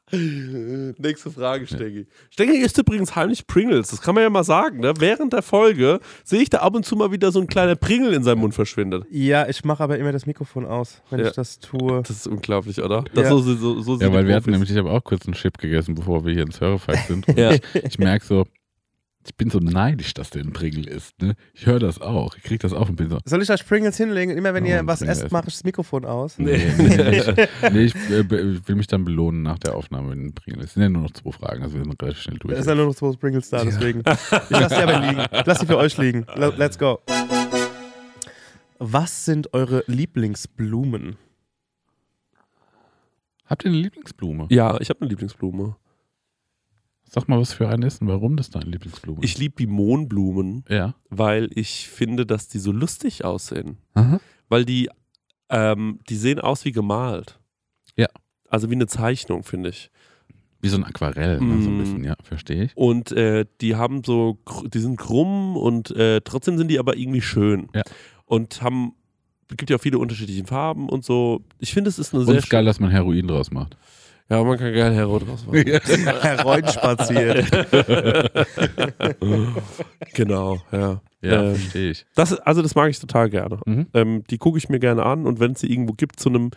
Speaker 2: Nächste Frage, Steggy. Steggy isst übrigens heimlich Pringles. Das kann man ja mal sagen. Ne? Während der Folge sehe ich da ab und zu mal wieder so ein kleiner Pringel in seinem Mund verschwindet.
Speaker 3: Ja, ich mache aber immer das Mikrofon aus, wenn
Speaker 2: Ja.
Speaker 3: ich das tue.
Speaker 2: Das ist unglaublich, oder? Das
Speaker 3: Ja.
Speaker 2: so, so, so sind
Speaker 4: Ja,
Speaker 2: die
Speaker 4: weil wir hatten
Speaker 2: Profis.
Speaker 4: nämlich, ich habe auch kurz einen Chip gegessen, bevor wir hier ins Hörerfakt sind. Und
Speaker 2: Ja.
Speaker 4: ich, ich merke so, ich bin so neidisch, dass der ein Pringel ist. Ne? Ich höre das auch. Ich kriege das auch und bin so,
Speaker 3: Soll ich da Pringles hinlegen? Und immer wenn
Speaker 4: Oh,
Speaker 3: ihr
Speaker 4: ein
Speaker 3: was
Speaker 4: Pringles.
Speaker 3: esst, mache ich das Mikrofon aus.
Speaker 4: Nee, nee,
Speaker 2: <laughs>
Speaker 4: nee, nee ich, äh, be- ich will mich dann belohnen nach der Aufnahme mit den Pringles. Es sind ja nur noch zwei Fragen, also wir sind relativ schnell durch.
Speaker 3: Da ist ja nur noch zwei Pringles da, deswegen. Ich lasse die aber liegen. Lass die für euch liegen. Le- Let's go. Was sind eure Lieblingsblumen?
Speaker 4: Habt ihr eine Lieblingsblume?
Speaker 2: Ja, ich habe eine Lieblingsblume.
Speaker 4: Sag mal, was für eine ist und warum das deine Lieblingsblume ist.
Speaker 2: Ich liebe die Mohnblumen,
Speaker 4: Ja.
Speaker 2: weil ich finde, dass die so lustig aussehen.
Speaker 4: Aha.
Speaker 2: Weil die, ähm, die sehen aus wie gemalt.
Speaker 4: Ja.
Speaker 2: Also wie eine Zeichnung, finde ich.
Speaker 4: Wie so ein Aquarell, ne? so ein
Speaker 2: Mm.
Speaker 4: bisschen, ja, verstehe ich.
Speaker 2: Und äh, die haben so, gr- die sind krumm und äh, trotzdem sind die aber irgendwie schön.
Speaker 4: Ja.
Speaker 2: Und haben, gibt ja auch viele unterschiedliche Farben und so. Ich finde, es ist eine
Speaker 4: Und
Speaker 2: sehr
Speaker 4: es ist geil,
Speaker 2: schöne.
Speaker 4: dass man Heroin draus macht.
Speaker 2: Ja, man kann geil Hero draus
Speaker 4: <laughs>
Speaker 2: machen.
Speaker 3: Heroin spaziert.
Speaker 2: genau, ja.
Speaker 4: Ja,
Speaker 2: Ähm,
Speaker 4: verstehe ich.
Speaker 2: Das, also das mag ich total gerne.
Speaker 4: Mhm.
Speaker 2: Ähm, die gucke ich mir gerne an und wenn es sie irgendwo gibt zu einem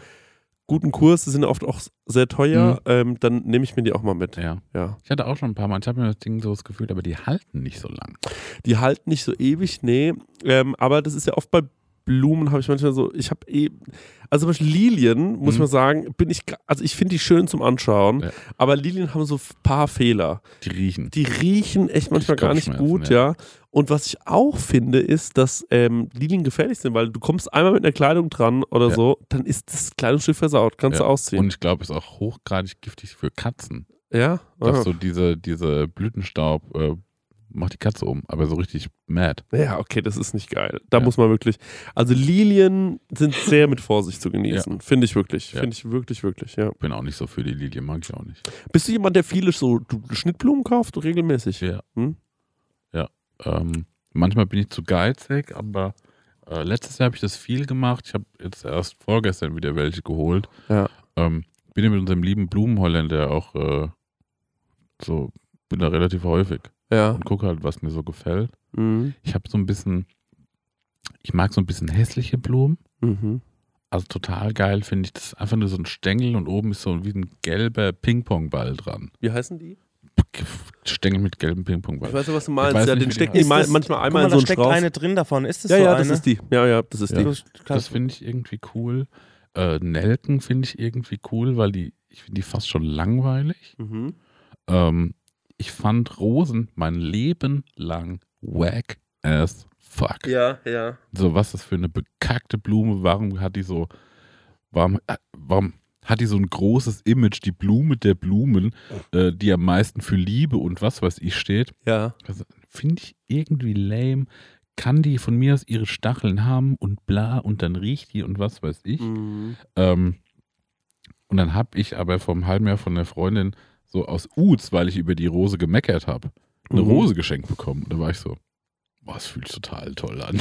Speaker 2: guten Kurs, die sind oft auch sehr teuer,
Speaker 4: Mhm.
Speaker 2: ähm, dann nehme ich mir die auch mal mit.
Speaker 4: Ja.
Speaker 2: Ja.
Speaker 4: Ich hatte auch schon ein paar Mal, ich habe mir das Ding so das Gefühl, aber die halten nicht so lang.
Speaker 2: Die halten nicht so ewig, nee. Ähm, aber das ist ja oft bei Blumen, habe ich manchmal so, ich habe eben, also zum Beispiel Lilien, muss
Speaker 4: Mhm.
Speaker 2: man sagen, bin ich, ga- also ich finde die schön zum Anschauen,
Speaker 4: Ja.
Speaker 2: aber Lilien haben so ein paar Fehler.
Speaker 4: Die riechen.
Speaker 2: Die riechen echt manchmal gar nicht
Speaker 4: Kopfschmerzen,
Speaker 2: gut, ja. Und was ich auch finde, ist, dass ähm, Lilien gefährlich sind, weil du kommst einmal mit einer Kleidung dran oder
Speaker 4: Ja.
Speaker 2: so, dann ist das Kleidungsstück versaut. Kannst
Speaker 4: Ja.
Speaker 2: du ausziehen.
Speaker 4: Und ich glaube, ist auch hochgradig giftig für Katzen.
Speaker 2: ja?
Speaker 4: Dass
Speaker 2: Ah.
Speaker 4: so diese, diese Blütenstaub äh, macht die Katze um, aber so richtig mad.
Speaker 2: Ja, okay, das ist nicht geil. Da
Speaker 4: Ja.
Speaker 2: muss man wirklich. Also Lilien sind sehr mit Vorsicht zu genießen. Finde ich wirklich.
Speaker 4: Ja.
Speaker 2: Finde ich wirklich, wirklich, ja.
Speaker 4: Bin auch nicht so für die Lilie, mag ich auch nicht.
Speaker 2: Bist du jemand, der viele so du, Schnittblumen kauft, regelmäßig?
Speaker 4: Ja.
Speaker 2: Hm?
Speaker 4: Ähm, manchmal bin ich zu geizig, aber äh, letztes Jahr habe ich das viel gemacht. Ich habe jetzt erst vorgestern wieder welche geholt.
Speaker 2: Ja.
Speaker 4: Ähm, bin ja mit unserem lieben Blumenholländer auch äh, so, bin da relativ häufig
Speaker 2: Ja.
Speaker 4: und gucke halt, was mir so gefällt.
Speaker 2: Mhm.
Speaker 4: Ich habe so ein bisschen, ich mag so ein bisschen hässliche Blumen.
Speaker 2: Mhm.
Speaker 4: Also total geil finde ich. Das ist einfach nur so ein Stängel und oben ist so wie ein gelber Ping-Pong-Ball dran.
Speaker 2: Wie heißen die?
Speaker 4: Stängel mit gelben
Speaker 2: Ich
Speaker 4: Ping-Pong-Ball.
Speaker 2: weiß nicht, was du
Speaker 4: Ich weiß
Speaker 2: meinst. Ja,
Speaker 4: nicht,
Speaker 2: den
Speaker 4: wie die
Speaker 2: stecken die
Speaker 3: heißen.
Speaker 2: mal- manchmal
Speaker 3: Guck mal,
Speaker 2: einmal
Speaker 3: da
Speaker 2: in so einen
Speaker 3: steckt
Speaker 2: Strauß.
Speaker 3: eine drin davon. Ist das
Speaker 2: ja,
Speaker 3: so
Speaker 2: ja,
Speaker 3: eine?
Speaker 2: das ist die. Ja, ja, das ist
Speaker 4: Ja.
Speaker 2: die.
Speaker 3: Du kannst-
Speaker 4: Das finde ich irgendwie cool. Äh, Nelken finde ich irgendwie cool, weil die, ich finde die fast schon langweilig.
Speaker 2: Mhm.
Speaker 4: Ähm, ich fand Rosen mein Leben lang whack as fuck.
Speaker 2: Ja, ja.
Speaker 4: So, was ist für eine bekackte Blume? Warum hat die so, warum, äh, warum hat die so ein großes Image, die Blume der Blumen, äh, die am meisten für Liebe und was weiß ich steht?
Speaker 2: Ja.
Speaker 4: Also, finde ich irgendwie lame. Kann die von mir aus ihre Stacheln haben und bla und dann riecht die und was weiß ich.
Speaker 2: Mhm. <laughs>
Speaker 4: Ähm, und dann habe ich aber vor einem halben Jahr von einer Freundin so aus Uts, weil ich über die Rose gemeckert habe, eine
Speaker 2: Mhm.
Speaker 4: Rose geschenkt bekommen. Und da war ich so, boah, das fühlt sich total toll an.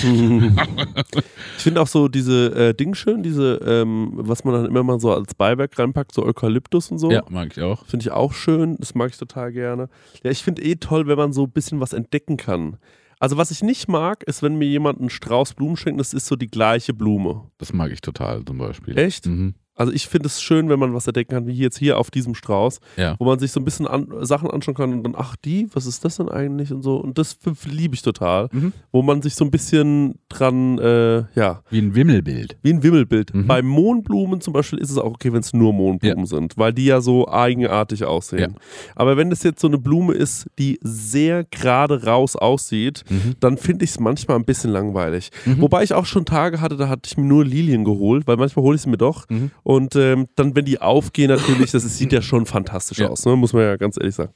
Speaker 2: Ich finde auch so diese äh, Ding schön, diese, ähm, was man dann immer mal so als Beiwerk reinpackt, so Eukalyptus und so.
Speaker 4: Ja, <laughs> mag ich auch.
Speaker 2: Finde ich auch schön, das mag ich total gerne. Ja, ich finde eh toll, wenn man so ein bisschen was entdecken kann. Also, was ich nicht mag, ist, wenn mir jemand einen Strauß Blumen schenkt, das ist so die gleiche Blume.
Speaker 4: Das mag ich total zum Beispiel.
Speaker 2: Echt?
Speaker 4: Mhm.
Speaker 2: Also, ich finde es schön, wenn man was entdecken kann, wie jetzt hier auf diesem Strauß,
Speaker 4: Ja.
Speaker 2: wo man sich so ein bisschen an, Sachen anschauen kann und dann, ach, die, was ist das denn eigentlich und so. Und das f- liebe ich total,
Speaker 4: Mhm.
Speaker 2: wo man sich so ein bisschen dran, äh, ja,
Speaker 4: Wie ein Wimmelbild.
Speaker 2: wie ein Wimmelbild.
Speaker 4: Mhm.
Speaker 2: Bei Mohnblumen zum Beispiel ist es auch okay, wenn es nur Mohnblumen sind, weil die ja so eigenartig aussehen. Aber wenn das jetzt so eine Blume ist, die sehr gerade raus aussieht,
Speaker 4: Mhm.
Speaker 2: dann finde ich es manchmal ein bisschen langweilig.
Speaker 4: Mhm.
Speaker 2: Wobei ich auch schon Tage hatte, da hatte ich mir nur Lilien geholt, weil manchmal hole ich sie mir doch.
Speaker 4: Mhm.
Speaker 2: Und ähm, dann, wenn die aufgehen, natürlich, das sieht
Speaker 4: <laughs>
Speaker 2: ja schon fantastisch
Speaker 4: Ja.
Speaker 2: aus, ne? muss man ja ganz ehrlich sagen.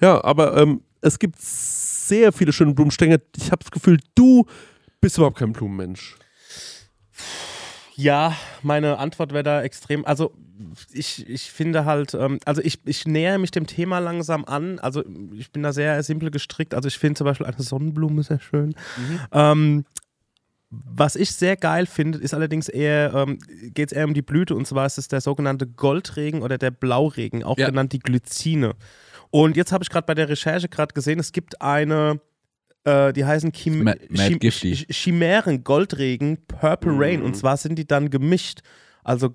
Speaker 2: Ja, aber ähm, es gibt sehr viele schöne Blumenstänge. Ich habe das Gefühl, du bist überhaupt kein Blumenmensch.
Speaker 3: Ja, meine Antwort wäre da extrem. Also ich, ich finde halt, ähm, also ich, ich nähere mich dem Thema langsam an. Also ich bin da sehr simpel gestrickt. Also ich finde zum Beispiel eine Sonnenblume sehr schön.
Speaker 4: Mhm.
Speaker 3: Ähm, was ich sehr geil finde, ist allerdings eher, ähm, geht es eher um die Blüte und zwar ist es der sogenannte Goldregen oder der Blauregen, auch
Speaker 4: Ja.
Speaker 3: genannt die Glycine. Und jetzt habe ich gerade bei der Recherche gerade gesehen, es gibt eine, äh, die heißen Chim
Speaker 4: Ma- Mad
Speaker 3: Chim
Speaker 4: Gifty.
Speaker 3: Ch- Chimären, Goldregen, Purple Rain
Speaker 2: Mhm.
Speaker 3: und zwar sind die dann gemischt, also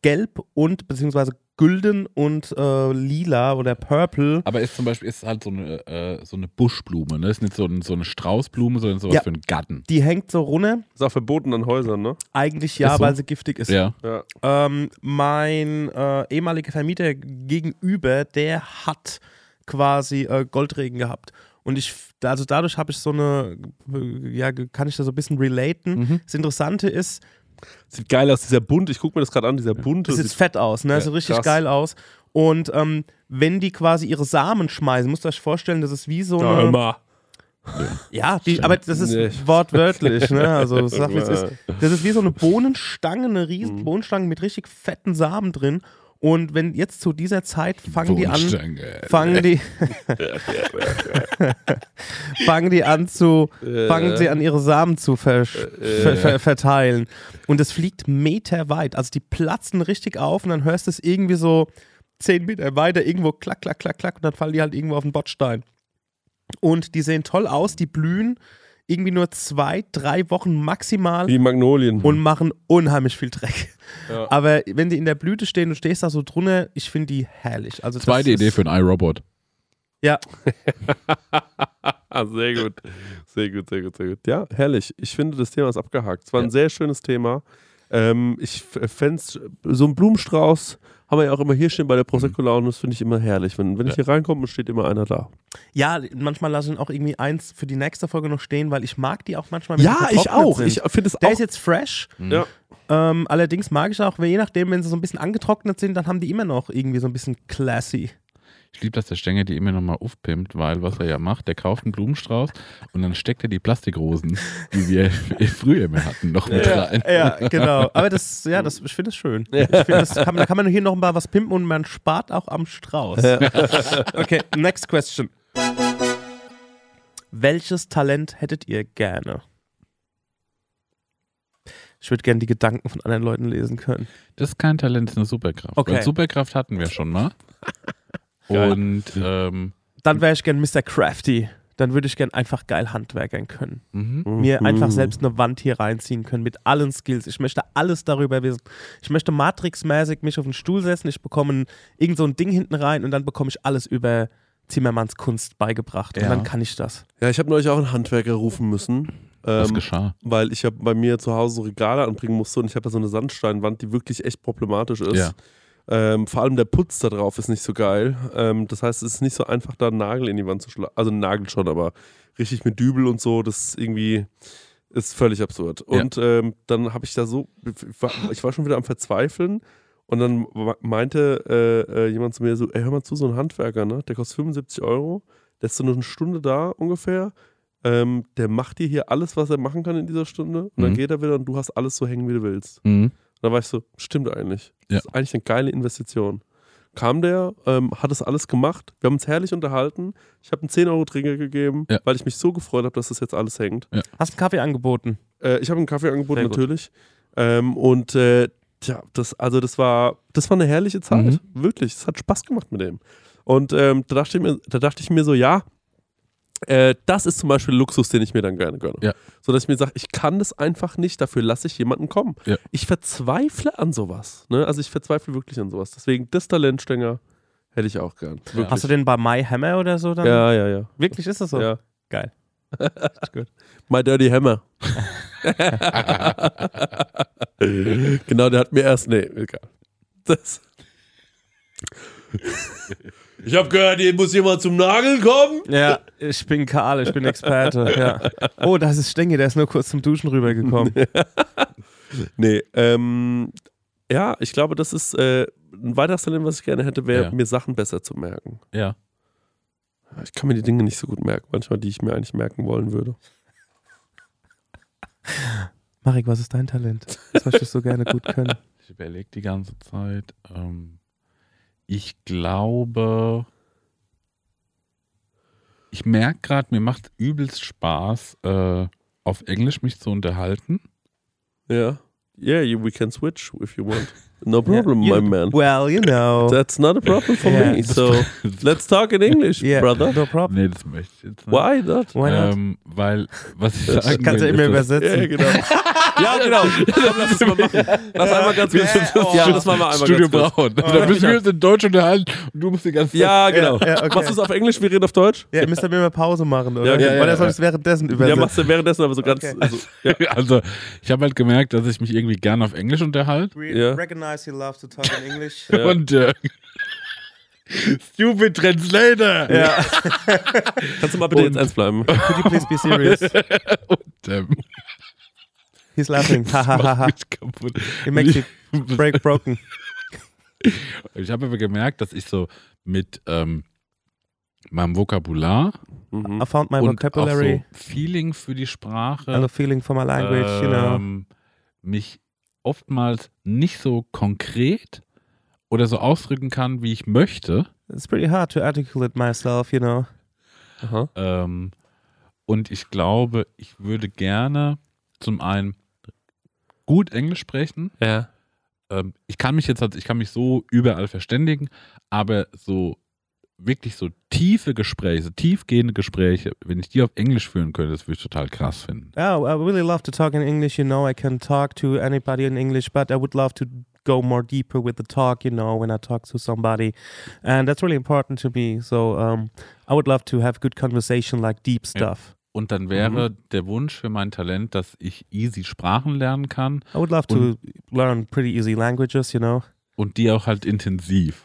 Speaker 3: gelb und beziehungsweise gülden und äh, lila oder purple.
Speaker 4: Aber ist zum Beispiel ist halt so eine, äh, so eine Buschblume, ne? Ist nicht so, ein, so eine Straußblume, sondern sowas
Speaker 3: Ja.
Speaker 4: für einen Garten.
Speaker 3: Die hängt so runter,
Speaker 2: Ist auch verboten an Häusern, ne?
Speaker 3: eigentlich ja,
Speaker 4: Ist so.
Speaker 3: weil sie giftig ist.
Speaker 4: Ja.
Speaker 2: Ja.
Speaker 3: Ähm, mein äh, ehemaliger Vermieter gegenüber, der hat quasi äh, Goldregen gehabt. Und ich, also dadurch habe ich so eine, äh, ja, kann ich da so ein bisschen relaten. Das Interessante ist,
Speaker 2: Sieht geil aus, dieser bunt, ich gucke mir das gerade an, dieser bunte.
Speaker 3: es sieht fett aus, ne?
Speaker 2: Ja,
Speaker 3: sieht richtig
Speaker 2: krass.
Speaker 3: geil aus. Und ähm, wenn die quasi ihre Samen schmeißen, müsst ihr euch vorstellen, das ist wie so
Speaker 2: ja,
Speaker 3: eine.
Speaker 2: immer.
Speaker 3: Ja, die, aber das ist
Speaker 2: Nee.
Speaker 3: wortwörtlich,
Speaker 2: <laughs>
Speaker 3: ne? Also sag, wie es ist. Das ist wie so eine Bohnenstange, eine riesen
Speaker 2: Mhm.
Speaker 3: Bohnenstange mit richtig fetten Samen drin. Und wenn jetzt zu dieser Zeit fangen die an,
Speaker 4: Wohnstange.
Speaker 3: fangen
Speaker 4: <laughs>
Speaker 3: die, fangen die an zu,
Speaker 4: Äh.
Speaker 3: fangen sie an ihre Samen zu ver ver ver verteilen. Und es fliegt meterweit, also die platzen richtig auf und dann hörst du es irgendwie so zehn Meter weiter irgendwo klack, klack, klack, klack und dann fallen die halt irgendwo auf den Bordstein. Und die sehen toll aus, die blühen irgendwie nur zwei, drei Wochen maximal
Speaker 2: Wie Magnolien.
Speaker 3: und machen unheimlich viel Dreck.
Speaker 2: Ja.
Speaker 3: Aber wenn die in der Blüte stehen und stehst da so drunter, ich finde die herrlich. Also das
Speaker 4: Zweite
Speaker 3: ist-
Speaker 4: Idee für einen iRobot.
Speaker 3: Ja,
Speaker 2: ah, <laughs> sehr gut. Sehr gut, sehr gut, sehr gut. Ja, herrlich. Ich finde, das Thema ist abgehakt. Es war ein sehr schönes Thema. Ähm, ich fände so ein Blumenstrauß haben wir ja auch immer hier stehen bei der Prosecco-Laune, das finde ich immer herrlich. Wenn, wenn ich hier reinkomme, steht immer einer da.
Speaker 3: Ja, manchmal lasse ich auch irgendwie eins für die nächste Folge noch stehen, weil ich mag die auch manchmal. wenn
Speaker 2: Ja,
Speaker 3: die
Speaker 2: ich
Speaker 3: vertrocknet
Speaker 2: auch.
Speaker 3: Sind.
Speaker 2: Ich finde es
Speaker 3: der
Speaker 2: auch.
Speaker 3: ist jetzt fresh.
Speaker 2: Ja.
Speaker 3: Ähm, allerdings mag ich auch, je nachdem, wenn sie so ein bisschen angetrocknet sind, dann haben die immer noch irgendwie so ein bisschen classy.
Speaker 4: Ich liebe, dass der Stenger die immer nochmal aufpimpt, weil was er ja macht, der kauft einen Blumenstrauß und dann steckt er die Plastikrosen, die wir <laughs> früher mehr hatten, noch mit rein.
Speaker 3: Ja, genau. Aber das, ja, das, ich finde es schön. Ich find, das kann, man- da kann man hier noch mal was pimpen und man spart auch am Strauß. <laughs> Okay, next question. Welches Talent hättet ihr gerne? Ich würde gerne die Gedanken von anderen Leuten lesen können.
Speaker 4: Das ist kein Talent, das ist eine Superkraft.
Speaker 3: Okay.
Speaker 4: Weil Superkraft hatten wir schon
Speaker 3: <laughs>
Speaker 4: mal. und ähm,
Speaker 3: Dann wäre ich gern Mr. Crafty. Dann würde ich gern einfach geil handwerkern können.
Speaker 4: mhm.
Speaker 3: mir einfach selbst eine Wand hier reinziehen können mit allen Skills. Ich möchte alles darüber wissen. Ich möchte Matrix-mäßig mich auf den Stuhl setzen, ich bekomme ein- irgend so ein Ding hinten rein und dann bekomme ich alles über Zimmermanns Kunst beigebracht. Und
Speaker 4: Ja.
Speaker 3: dann kann ich das.
Speaker 2: Ja, ich habe neulich auch einen Handwerker rufen müssen.
Speaker 4: was
Speaker 2: Ähm,
Speaker 4: geschah?
Speaker 2: weil ich ja bei mir zu Hause so Regale anbringen musste und ich habe da so eine Sandsteinwand, die wirklich echt problematisch ist.
Speaker 4: Ja.
Speaker 2: Ähm, vor allem der Putz da drauf ist nicht so geil. Ähm, das heißt, es ist nicht so einfach, da einen Nagel in die Wand zu schlagen. Also einen Nagel schon, aber richtig mit Dübel und so, das irgendwie ist völlig absurd. Und ähm, dann habe ich da so, ich war, ich war schon wieder am Verzweifeln und dann wa- meinte äh, äh, jemand zu mir so, ey, hör mal zu, so ein Handwerker, ne? Der kostet 75 Euro, der ist so eine Stunde da ungefähr. Ähm, der macht dir hier alles, was er machen kann in dieser Stunde. Und dann
Speaker 4: Mhm.
Speaker 2: geht er wieder und du hast alles so hängen, wie du willst.
Speaker 4: Mhm.
Speaker 2: Und dann war ich so, stimmt eigentlich.
Speaker 4: Ja.
Speaker 2: Das ist eigentlich eine geile Investition. Kam der, ähm, hat das alles gemacht. Wir haben uns herrlich unterhalten. Ich habe einen 10-Euro-Trinker gegeben,
Speaker 4: Ja.
Speaker 2: weil ich mich so gefreut habe, dass das jetzt alles hängt.
Speaker 3: Hast einen Kaffee angeboten?
Speaker 2: Äh, ich habe einen Kaffee angeboten,
Speaker 3: Sehr gut.
Speaker 2: natürlich. Ähm, und äh, tja, das, also das war, das war eine herrliche Zeit.
Speaker 4: Mhm.
Speaker 2: Wirklich. Es hat Spaß gemacht mit dem. Und ähm, da, dachte ich mir, da dachte ich mir so, ja, äh, das ist zum Beispiel Luxus, den ich mir dann gerne gönne.
Speaker 4: Ja.
Speaker 2: So dass ich mir sage, ich kann das einfach nicht, dafür lasse ich jemanden kommen.
Speaker 4: Ja.
Speaker 2: Ich verzweifle an sowas. Ne? Also ich verzweifle wirklich an sowas. Deswegen das Talentstänger hätte ich auch gern. Wirklich.
Speaker 3: Hast du den bei My Hammer oder so dann?
Speaker 2: ja, ja, ja.
Speaker 3: Wirklich ist das so?
Speaker 2: ja.
Speaker 3: Geil. gut.
Speaker 2: My Dirty Hammer. <laughs> genau, der hat mir erst. Nee, egal. Das. <laughs> Ich habe gehört, hier muss jemand zum Nageln kommen.
Speaker 3: Ja, ich bin Karl, ich bin Experte. Ja. Oh, das ist Stenge, der ist nur kurz zum Duschen rübergekommen.
Speaker 2: Nee, ähm, ja, ich glaube, das ist äh, ein weiteres Talent, was ich gerne hätte, wäre,
Speaker 4: Ja.
Speaker 2: mir Sachen besser zu merken.
Speaker 4: Ja.
Speaker 2: Ich kann mir die Dinge nicht so gut merken, manchmal, die ich mir eigentlich merken wollen würde.
Speaker 3: Marek, was ist dein Talent? Das möchtest du gerne gut können.
Speaker 4: Ich überlege die ganze Zeit. Ähm, ich glaube, ich merke gerade, mir macht übelst Spaß, äh, auf Englisch mich zu unterhalten.
Speaker 2: Ja. Yeah, you, we can switch if you want. No problem, my
Speaker 3: You-
Speaker 2: man.
Speaker 3: Well, you know.
Speaker 2: That's not a problem for
Speaker 3: Oh. Yeah.
Speaker 2: me. So let's talk in English,
Speaker 3: Yeah,
Speaker 2: brother.
Speaker 3: No problem.
Speaker 4: <laughs> Nee, das möchte ich jetzt nicht.
Speaker 2: Why not?
Speaker 3: Why not?
Speaker 4: Ähm, weil, was ich
Speaker 2: Das
Speaker 4: sagen
Speaker 3: <laughs> Kannst du
Speaker 4: will,
Speaker 3: immer
Speaker 4: ist, dass-
Speaker 3: übersetzen.
Speaker 2: Ja, genau. ja, genau. Komm, lass es mal machen. Lass einmal ganz kurz.
Speaker 3: oh.
Speaker 2: Ja, das machen wir einmal
Speaker 4: Studio
Speaker 2: ganz kurz. Oh,
Speaker 4: Braun. <laughs> da müssen wir uns in Deutsch unterhalten und du musst die ganze Zeit.
Speaker 2: Ja, genau.
Speaker 3: Ja, ja, okay.
Speaker 2: Machst du es auf Englisch, wir reden auf Deutsch?
Speaker 3: Ja, ihr müsst dann immer Pause machen,
Speaker 2: Ja,
Speaker 3: oder?
Speaker 2: ja,
Speaker 3: Oder
Speaker 4: ja,
Speaker 3: soll ich es währenddessen
Speaker 2: Ja,
Speaker 3: übersetzen?
Speaker 2: machst du währenddessen aber so ganz.
Speaker 3: Okay.
Speaker 2: Also, ja.
Speaker 4: <laughs> Also, ich habe halt gemerkt, dass ich mich irgendwie gern auf Englisch unterhalte.
Speaker 3: We
Speaker 2: Ja.
Speaker 3: recognize you love to talk
Speaker 2: <laughs>
Speaker 3: in English.
Speaker 2: Ja.
Speaker 4: <laughs> Und äh, Stupid <laughs> Translator!
Speaker 3: ja.
Speaker 2: Kannst du mal bitte jetzt eins bleiben?
Speaker 3: Could you please be serious?
Speaker 4: Und, ähm, <laughs>
Speaker 3: He's laughing. Ha, ha, ha, ha.
Speaker 4: mich kaputt.
Speaker 3: It makes you break broken.
Speaker 4: Ich habe aber gemerkt, dass ich so mit ähm, meinem Vokabular
Speaker 2: Mhm.
Speaker 3: I found my
Speaker 4: und
Speaker 3: vocabulary
Speaker 4: auch so Feeling für die Sprache
Speaker 3: and a feeling for my language, you know.
Speaker 4: ähm, mich oftmals nicht so konkret oder so ausdrücken kann, wie ich möchte.
Speaker 3: It's pretty hard to articulate myself, you know.
Speaker 2: Aha.
Speaker 4: Ähm, und ich glaube, ich würde gerne zum einen gut Englisch sprechen.
Speaker 2: Ja.
Speaker 4: Ähm, ich kann mich jetzt, halt- ich kann mich so überall verständigen, aber so wirklich so tiefe Gespräche, so tiefgehende Gespräche, wenn ich die auf Englisch führen könnte, das würde ich total krass finden.
Speaker 3: Oh, I really love to talk in English, you know. I can talk to anybody in English, but I would love to go more deeper with the talk, you know, when I talk to somebody. And that's really important to me. So um, I would love to have good conversation, like deep stuff.
Speaker 4: Und dann wäre der Wunsch für mein Talent, dass ich easy Sprachen lernen kann
Speaker 3: I would love to learn pretty easy languages, you know.
Speaker 4: und die auch halt intensiv.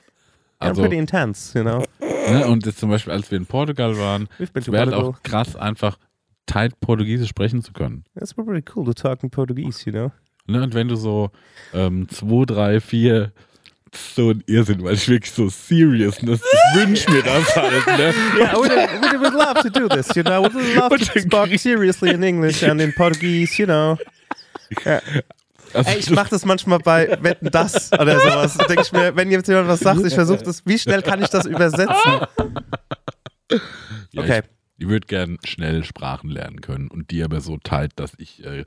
Speaker 3: Also,
Speaker 4: Also,
Speaker 3: pretty intense, you know.
Speaker 4: ne, und jetzt zum Beispiel, als wir in Portugal waren,
Speaker 3: We've been to
Speaker 4: wäre halt
Speaker 3: Portugal.
Speaker 4: auch krass, einfach tight Portugiesisch sprechen zu können.
Speaker 3: It's pretty cool to talk in Portuguese, you know.
Speaker 4: Ne? Und wenn du so ähm, zwei, drei, vier so ein Irrsinn, weil ich wirklich so Seriousness, ich wünsche mir das halt, ne?
Speaker 3: Yeah, we would, we would love to do this, you know. We would love to talk seriously in English and in Portuguese, you know.
Speaker 4: Also,
Speaker 3: Ey, ich mache das manchmal bei Wetten das oder sowas. Denke ich mir, wenn jetzt jemand was sagt, ich versuche das, wie schnell kann ich das übersetzen?
Speaker 4: ja,
Speaker 3: Okay.
Speaker 4: Ich, ich würde gern schnell Sprachen lernen können und die aber so tight, dass ich äh,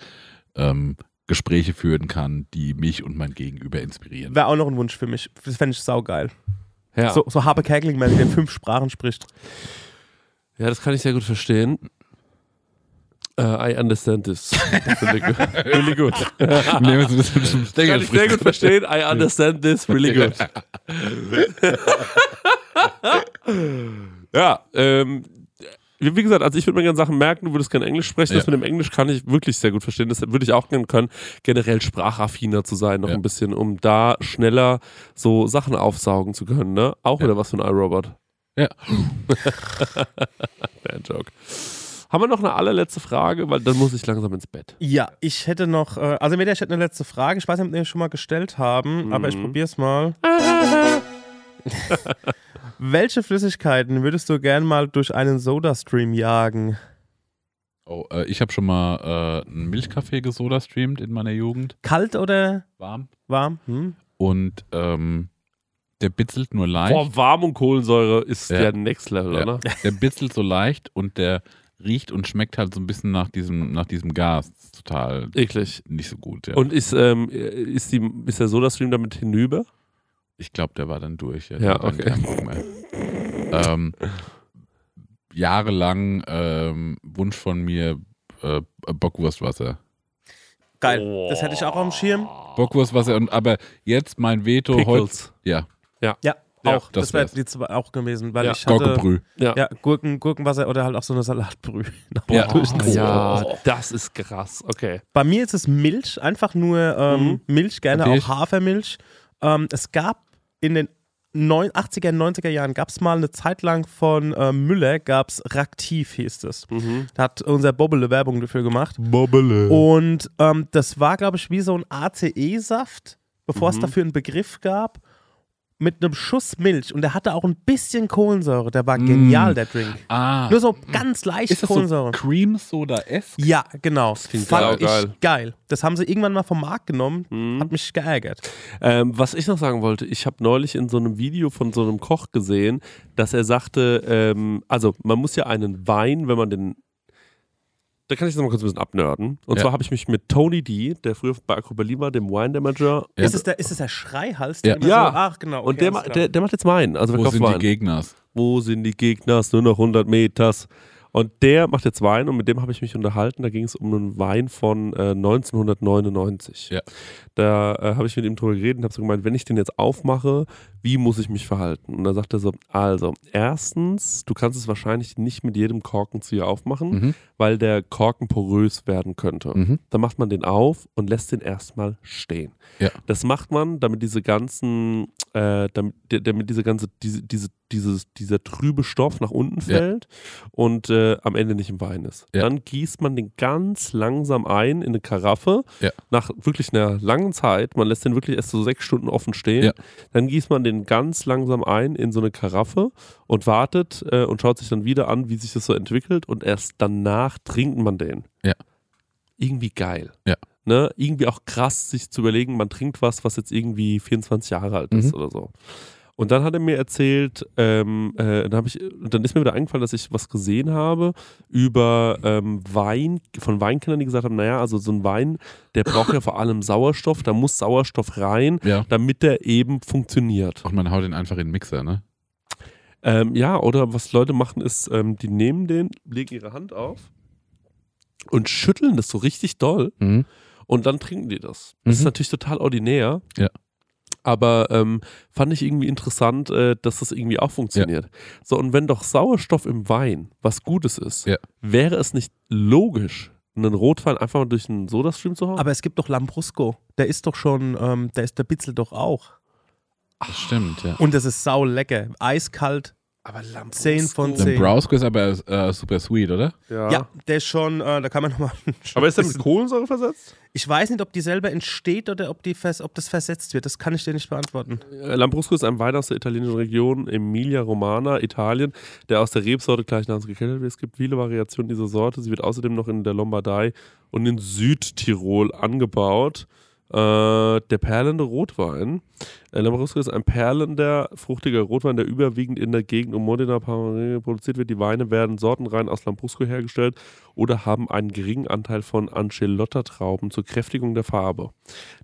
Speaker 4: ähm, Gespräche führen kann, die mich und mein Gegenüber inspirieren. <laughs>
Speaker 3: Wäre auch noch ein Wunsch für mich. Das fände ich saugeil.
Speaker 2: Ja.
Speaker 3: So, so Habe Kerkeling, wenn der in fünf Sprachen spricht.
Speaker 2: ja, das kann ich sehr gut verstehen. Äh, I understand <laughs> this. Really good. Really good.
Speaker 4: Nehmen wir so ein bisschen zum
Speaker 2: Kann
Speaker 4: Stängel.
Speaker 2: ich sehr gut verstehen. I understand this really good. ja, ähm, wie wie gesagt, also ich würde mir gerne Sachen merken, du würdest gerne Englisch sprechen. Das
Speaker 4: Ja.
Speaker 2: mit dem Englisch kann ich wirklich sehr gut verstehen. Das würde ich auch gerne können, generell sprachaffiner zu sein, noch
Speaker 4: Ja.
Speaker 2: ein bisschen, um da schneller so Sachen aufsaugen zu können. Ne? Auch
Speaker 4: Ja.
Speaker 2: wieder was von iRobot. <laughs>
Speaker 4: Ja.
Speaker 2: Der Joke. Haben wir noch eine allerletzte Frage, weil dann muss ich langsam ins Bett.
Speaker 3: Ja, ich hätte noch, äh, also Media, ich hätte eine letzte Frage. Ich weiß nicht, ob wir die schon mal gestellt haben, aber ich probiere es <laughs> mal. Welche Flüssigkeiten würdest du gern mal durch einen Soda-Stream jagen?
Speaker 4: <laughs> Oh, äh, ich habe schon mal äh, einen Milchkaffee gesoda streamt in meiner Jugend.
Speaker 3: Kalt oder
Speaker 4: Warm.
Speaker 3: warm? Hm?
Speaker 4: Und ähm, der bitzelt nur leicht.
Speaker 2: Boah, Warm und Kohlensäure ist ja,
Speaker 4: Ja.
Speaker 2: Next Level,
Speaker 4: Ja.
Speaker 2: oder?
Speaker 4: Der bitzelt so leicht und der riecht und schmeckt halt so ein bisschen nach diesem, nach diesem Gas. Das ist Total
Speaker 2: Eklig.
Speaker 4: nicht so gut. Ja.
Speaker 2: Und ist, ähm, ist, die, ist der Soda-Stream damit hinüber?
Speaker 4: ich glaube, der war dann durch. Der
Speaker 2: Ja,
Speaker 4: hat dann
Speaker 2: okay.
Speaker 4: keinen Bock mehr. ähm, jahrelang ähm, Wunsch von mir äh, Bockwurstwasser.
Speaker 3: Geil, das hätte ich auch am Schirm.
Speaker 4: Bockwurstwasser und aber jetzt mein Veto heute.
Speaker 2: Oh. Pickles.
Speaker 4: Ja,
Speaker 3: Ja,
Speaker 2: Ja,
Speaker 3: auch.
Speaker 4: das
Speaker 3: Das, wäre
Speaker 4: wär's.
Speaker 3: die zwei auch gewesen, weil
Speaker 2: Ja.
Speaker 3: ich hatte...
Speaker 4: Gockebrüh.
Speaker 2: Ja.
Speaker 3: Ja, Gurken, Gurkenwasser oder halt auch so eine Salatbrühe. <laughs>
Speaker 4: Ja.
Speaker 2: Oh, ja, das ist krass. Okay.
Speaker 3: Bei mir ist es Milch, einfach nur ähm, Milch, gerne
Speaker 4: Mhm. Natürlich.
Speaker 3: auch Hafermilch. Ähm, es gab in den neun- 80er, 90er Jahren gab es mal eine Zeit lang von äh, Müller, gab es Raktiv, hieß es.
Speaker 4: Mhm.
Speaker 3: Da hat unser Bobbele Werbung dafür gemacht.
Speaker 4: Bobbele.
Speaker 3: Und ähm, das war, glaube ich, wie so ein ACE-Saft, bevor
Speaker 4: Mhm.
Speaker 3: es dafür einen Begriff gab, mit einem Schuss Milch. Und der hatte auch ein bisschen Kohlensäure. Der war genial, der Drink.
Speaker 4: Mm. Ah.
Speaker 3: Nur so ganz leicht
Speaker 4: Ist das so
Speaker 3: Kohlensäure.
Speaker 4: Cream Soda S?
Speaker 3: Ja, genau. Das
Speaker 2: klingt
Speaker 3: Fand
Speaker 2: saugeil.
Speaker 3: ich geil. Mhm. Das haben sie irgendwann mal vom Markt genommen. Hat mich geärgert.
Speaker 2: Ähm, was ich noch sagen wollte, ich habe neulich in so einem Video von so einem Koch gesehen, dass er sagte, ähm, also man muss ja einen Wein, wenn man den. Da kann ich jetzt noch mal kurz ein bisschen abnörden. Und
Speaker 4: Ja.
Speaker 2: zwar habe ich mich mit Tony D, der früher bei Akro Berlin war, dem Wine Damager.
Speaker 4: Ja.
Speaker 3: Ist, es der, ist es der Schreihals?
Speaker 4: Ja.
Speaker 3: Der immer
Speaker 2: Ja.
Speaker 3: So, ach, genau.
Speaker 2: Und der,
Speaker 3: alles
Speaker 2: ma-
Speaker 3: klar.
Speaker 2: der, der macht jetzt Wein. Also
Speaker 4: Wo
Speaker 2: verkauft
Speaker 4: sind die
Speaker 2: Wein.
Speaker 4: Gegners?
Speaker 2: wo sind die Gegner? Nur noch 100 Meters. Und der macht jetzt Wein und mit dem habe ich mich unterhalten. Da ging es um einen Wein von äh, 1999.
Speaker 4: Ja.
Speaker 2: Da äh, habe ich mit ihm drüber geredet und habe so gemeint, wenn ich den jetzt aufmache, wie muss ich mich verhalten? Und da sagt er so, also, erstens, du kannst es wahrscheinlich nicht mit jedem Korkenzieher aufmachen,
Speaker 4: Mhm.
Speaker 2: weil der Korken porös werden könnte.
Speaker 4: Mhm.
Speaker 2: Dann macht man den auf und lässt den erstmal stehen.
Speaker 4: Ja.
Speaker 2: Das macht man, damit diese ganzen, äh, damit, der- damit diese ganze, diese, diese, dieses, dieser trübe Stoff nach unten
Speaker 4: Ja.
Speaker 2: fällt und äh, am Ende nicht im Wein ist.
Speaker 4: Ja.
Speaker 2: Dann gießt man den ganz langsam ein in eine Karaffe,
Speaker 4: Ja.
Speaker 2: nach wirklich einer langen Zeit, man lässt den wirklich erst so sechs Stunden offen stehen,
Speaker 4: Ja.
Speaker 2: dann gießt man den ganz langsam ein in so eine Karaffe und wartet äh, und schaut sich dann wieder an, wie sich das so entwickelt und erst danach trinkt man den.
Speaker 4: Ja.
Speaker 2: Irgendwie geil.
Speaker 4: Ja.
Speaker 2: Ne? Irgendwie auch krass, sich zu überlegen, man trinkt was, was jetzt irgendwie 24 Jahre alt ist
Speaker 4: Mhm.
Speaker 2: oder so. Und dann hat er mir erzählt, ähm, äh, dann, hab ich, dann ist mir wieder eingefallen, dass ich was gesehen habe über ähm, Wein, von Weinkindern, die gesagt haben, naja, also so ein Wein, der braucht ja vor allem Sauerstoff, da muss Sauerstoff rein,
Speaker 4: Ja.
Speaker 2: damit der eben funktioniert.
Speaker 4: Und man haut den einfach in den Mixer, ne?
Speaker 2: Ähm, ja, oder was Leute machen ist, ähm, die nehmen den, legen ihre Hand auf und schütteln das so richtig doll
Speaker 4: Mhm.
Speaker 2: und dann trinken die das. Das
Speaker 4: Mhm.
Speaker 2: ist natürlich total ordinär.
Speaker 4: Ja.
Speaker 2: Aber ähm, fand ich irgendwie interessant, äh, dass das irgendwie auch funktioniert. So, und wenn doch Sauerstoff im Wein was Gutes ist,
Speaker 4: Ja.
Speaker 2: wäre es nicht logisch, einen Rotwein einfach mal durch einen Sodastream zu hauen?
Speaker 3: Aber es gibt doch Lambrusco. Der ist doch schon, ähm, der ist der Bitzel doch auch.
Speaker 4: Das stimmt, ja.
Speaker 3: Und das ist sau lecker. Eiskalt.
Speaker 2: aber Lambrusco.
Speaker 3: 10 von 10.
Speaker 4: Lambrusco ist aber äh, super sweet, oder?
Speaker 2: Ja.
Speaker 3: Ja. der ist schon, äh, da kann man <laughs> nochmal.
Speaker 2: Aber ist der mit Kohlensäure versetzt?
Speaker 3: Ich weiß nicht, ob die selber entsteht oder ob, die vers ob das versetzt wird. Das kann ich dir nicht beantworten.
Speaker 2: Äh, Lambrusco ist ein Wein aus der italienischen Region Emilia-Romana, Italien, der aus der Rebsorte gleichnamens gekeltert wird. Es gibt viele Variationen dieser Sorte. Sie wird außerdem noch in der Lombardei und in Südtirol angebaut. Äh, der perlende Rotwein. Äh, Lambrusco ist ein perlender, fruchtiger Rotwein, der überwiegend in der Gegend um Modena Pomerania produziert wird. Die Weine werden sortenrein aus Lambrusco hergestellt oder haben einen geringen Anteil von Ancelotta-Trauben zur Kräftigung der Farbe.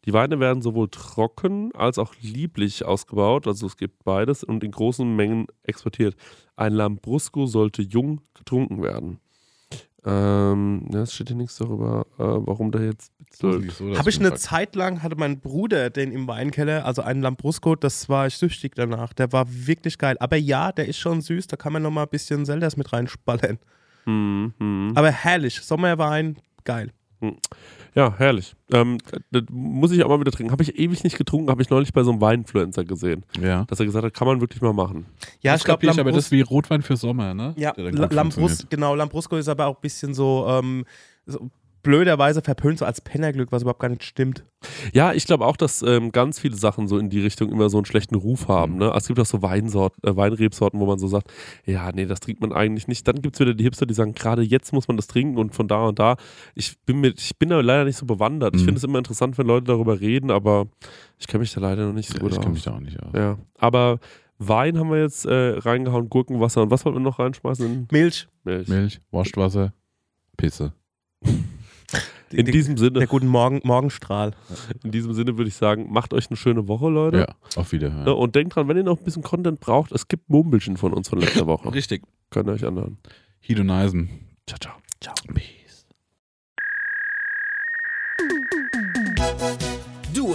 Speaker 2: Die Weine werden sowohl trocken als auch lieblich ausgebaut, also es gibt beides und in großen Mengen exportiert. Ein Lambrusco sollte jung getrunken werden. Ähm, ja, es steht hier nichts darüber, äh, warum da jetzt.
Speaker 3: Habe ich eine Zeit lang, hatte mein Bruder den im Weinkeller, also einen Lambrusco, das war ich süchtig danach. Der war wirklich geil. Aber ja, der ist schon süß, da kann man nochmal ein bisschen Zeldas mit reinspallern.
Speaker 2: Hm, hm.
Speaker 3: Aber herrlich, Sommerwein, geil.
Speaker 2: Ja, herrlich. Ähm, das muss ich auch mal wieder trinken. Habe ich ewig nicht getrunken, habe ich neulich bei so einem Weinfluencer gesehen,
Speaker 4: Ja.
Speaker 2: dass er gesagt hat, kann man wirklich mal machen.
Speaker 3: Ja,
Speaker 4: das
Speaker 3: ich glaube,
Speaker 4: kapier ich, aber das ist wie Rotwein für Sommer, ne?
Speaker 3: Ja,
Speaker 4: Der dann gut
Speaker 3: Lambrus,
Speaker 4: funktioniert.
Speaker 3: genau, Lambrusco ist aber auch ein bisschen so, ähm, so blöderweise verpönt, so als Pennerglück, was überhaupt gar nicht stimmt.
Speaker 2: Ja, ich glaube auch, dass ähm, ganz viele Sachen so in die Richtung immer so einen schlechten Ruf
Speaker 4: Mhm.
Speaker 2: haben. Ne? Es gibt auch so Weinsorten, äh, Weinrebsorten, wo man so sagt, ja, nee, das trinkt man eigentlich nicht. Dann gibt es wieder die Hipster, die sagen, gerade jetzt muss man das trinken und von da und da. Ich bin, mit, ich bin da leider nicht so bewandert. Ich
Speaker 4: Mhm.
Speaker 2: finde es immer interessant, wenn Leute darüber reden, aber ich kenne mich da leider noch nicht so
Speaker 4: Ja,
Speaker 2: gut
Speaker 4: ich
Speaker 2: aus.
Speaker 4: kenne mich da auch nicht aus.
Speaker 2: ja, aber Wein haben wir jetzt äh, reingehauen, Gurkenwasser und was wollten wir noch reinschmeißen?
Speaker 3: Milch,
Speaker 2: Milch.
Speaker 4: Milch, Waschwasser, Pisse.
Speaker 2: In
Speaker 3: die-
Speaker 2: diesem
Speaker 3: der
Speaker 2: Sinne,
Speaker 3: guten Morgen, Morgenstrahl.
Speaker 2: in diesem Sinne würde ich sagen, macht euch eine schöne Woche, Leute.
Speaker 4: Ja, auf Wiederhören.
Speaker 2: Ne, und denkt dran, wenn ihr noch ein bisschen Content braucht, es gibt Mumbelchen von uns von letzter Woche.
Speaker 4: Richtig.
Speaker 2: Könnt ihr euch anhören.
Speaker 4: Hidoneisen.
Speaker 2: Ciao, ciao.
Speaker 4: Ciao. Peace.
Speaker 1: Du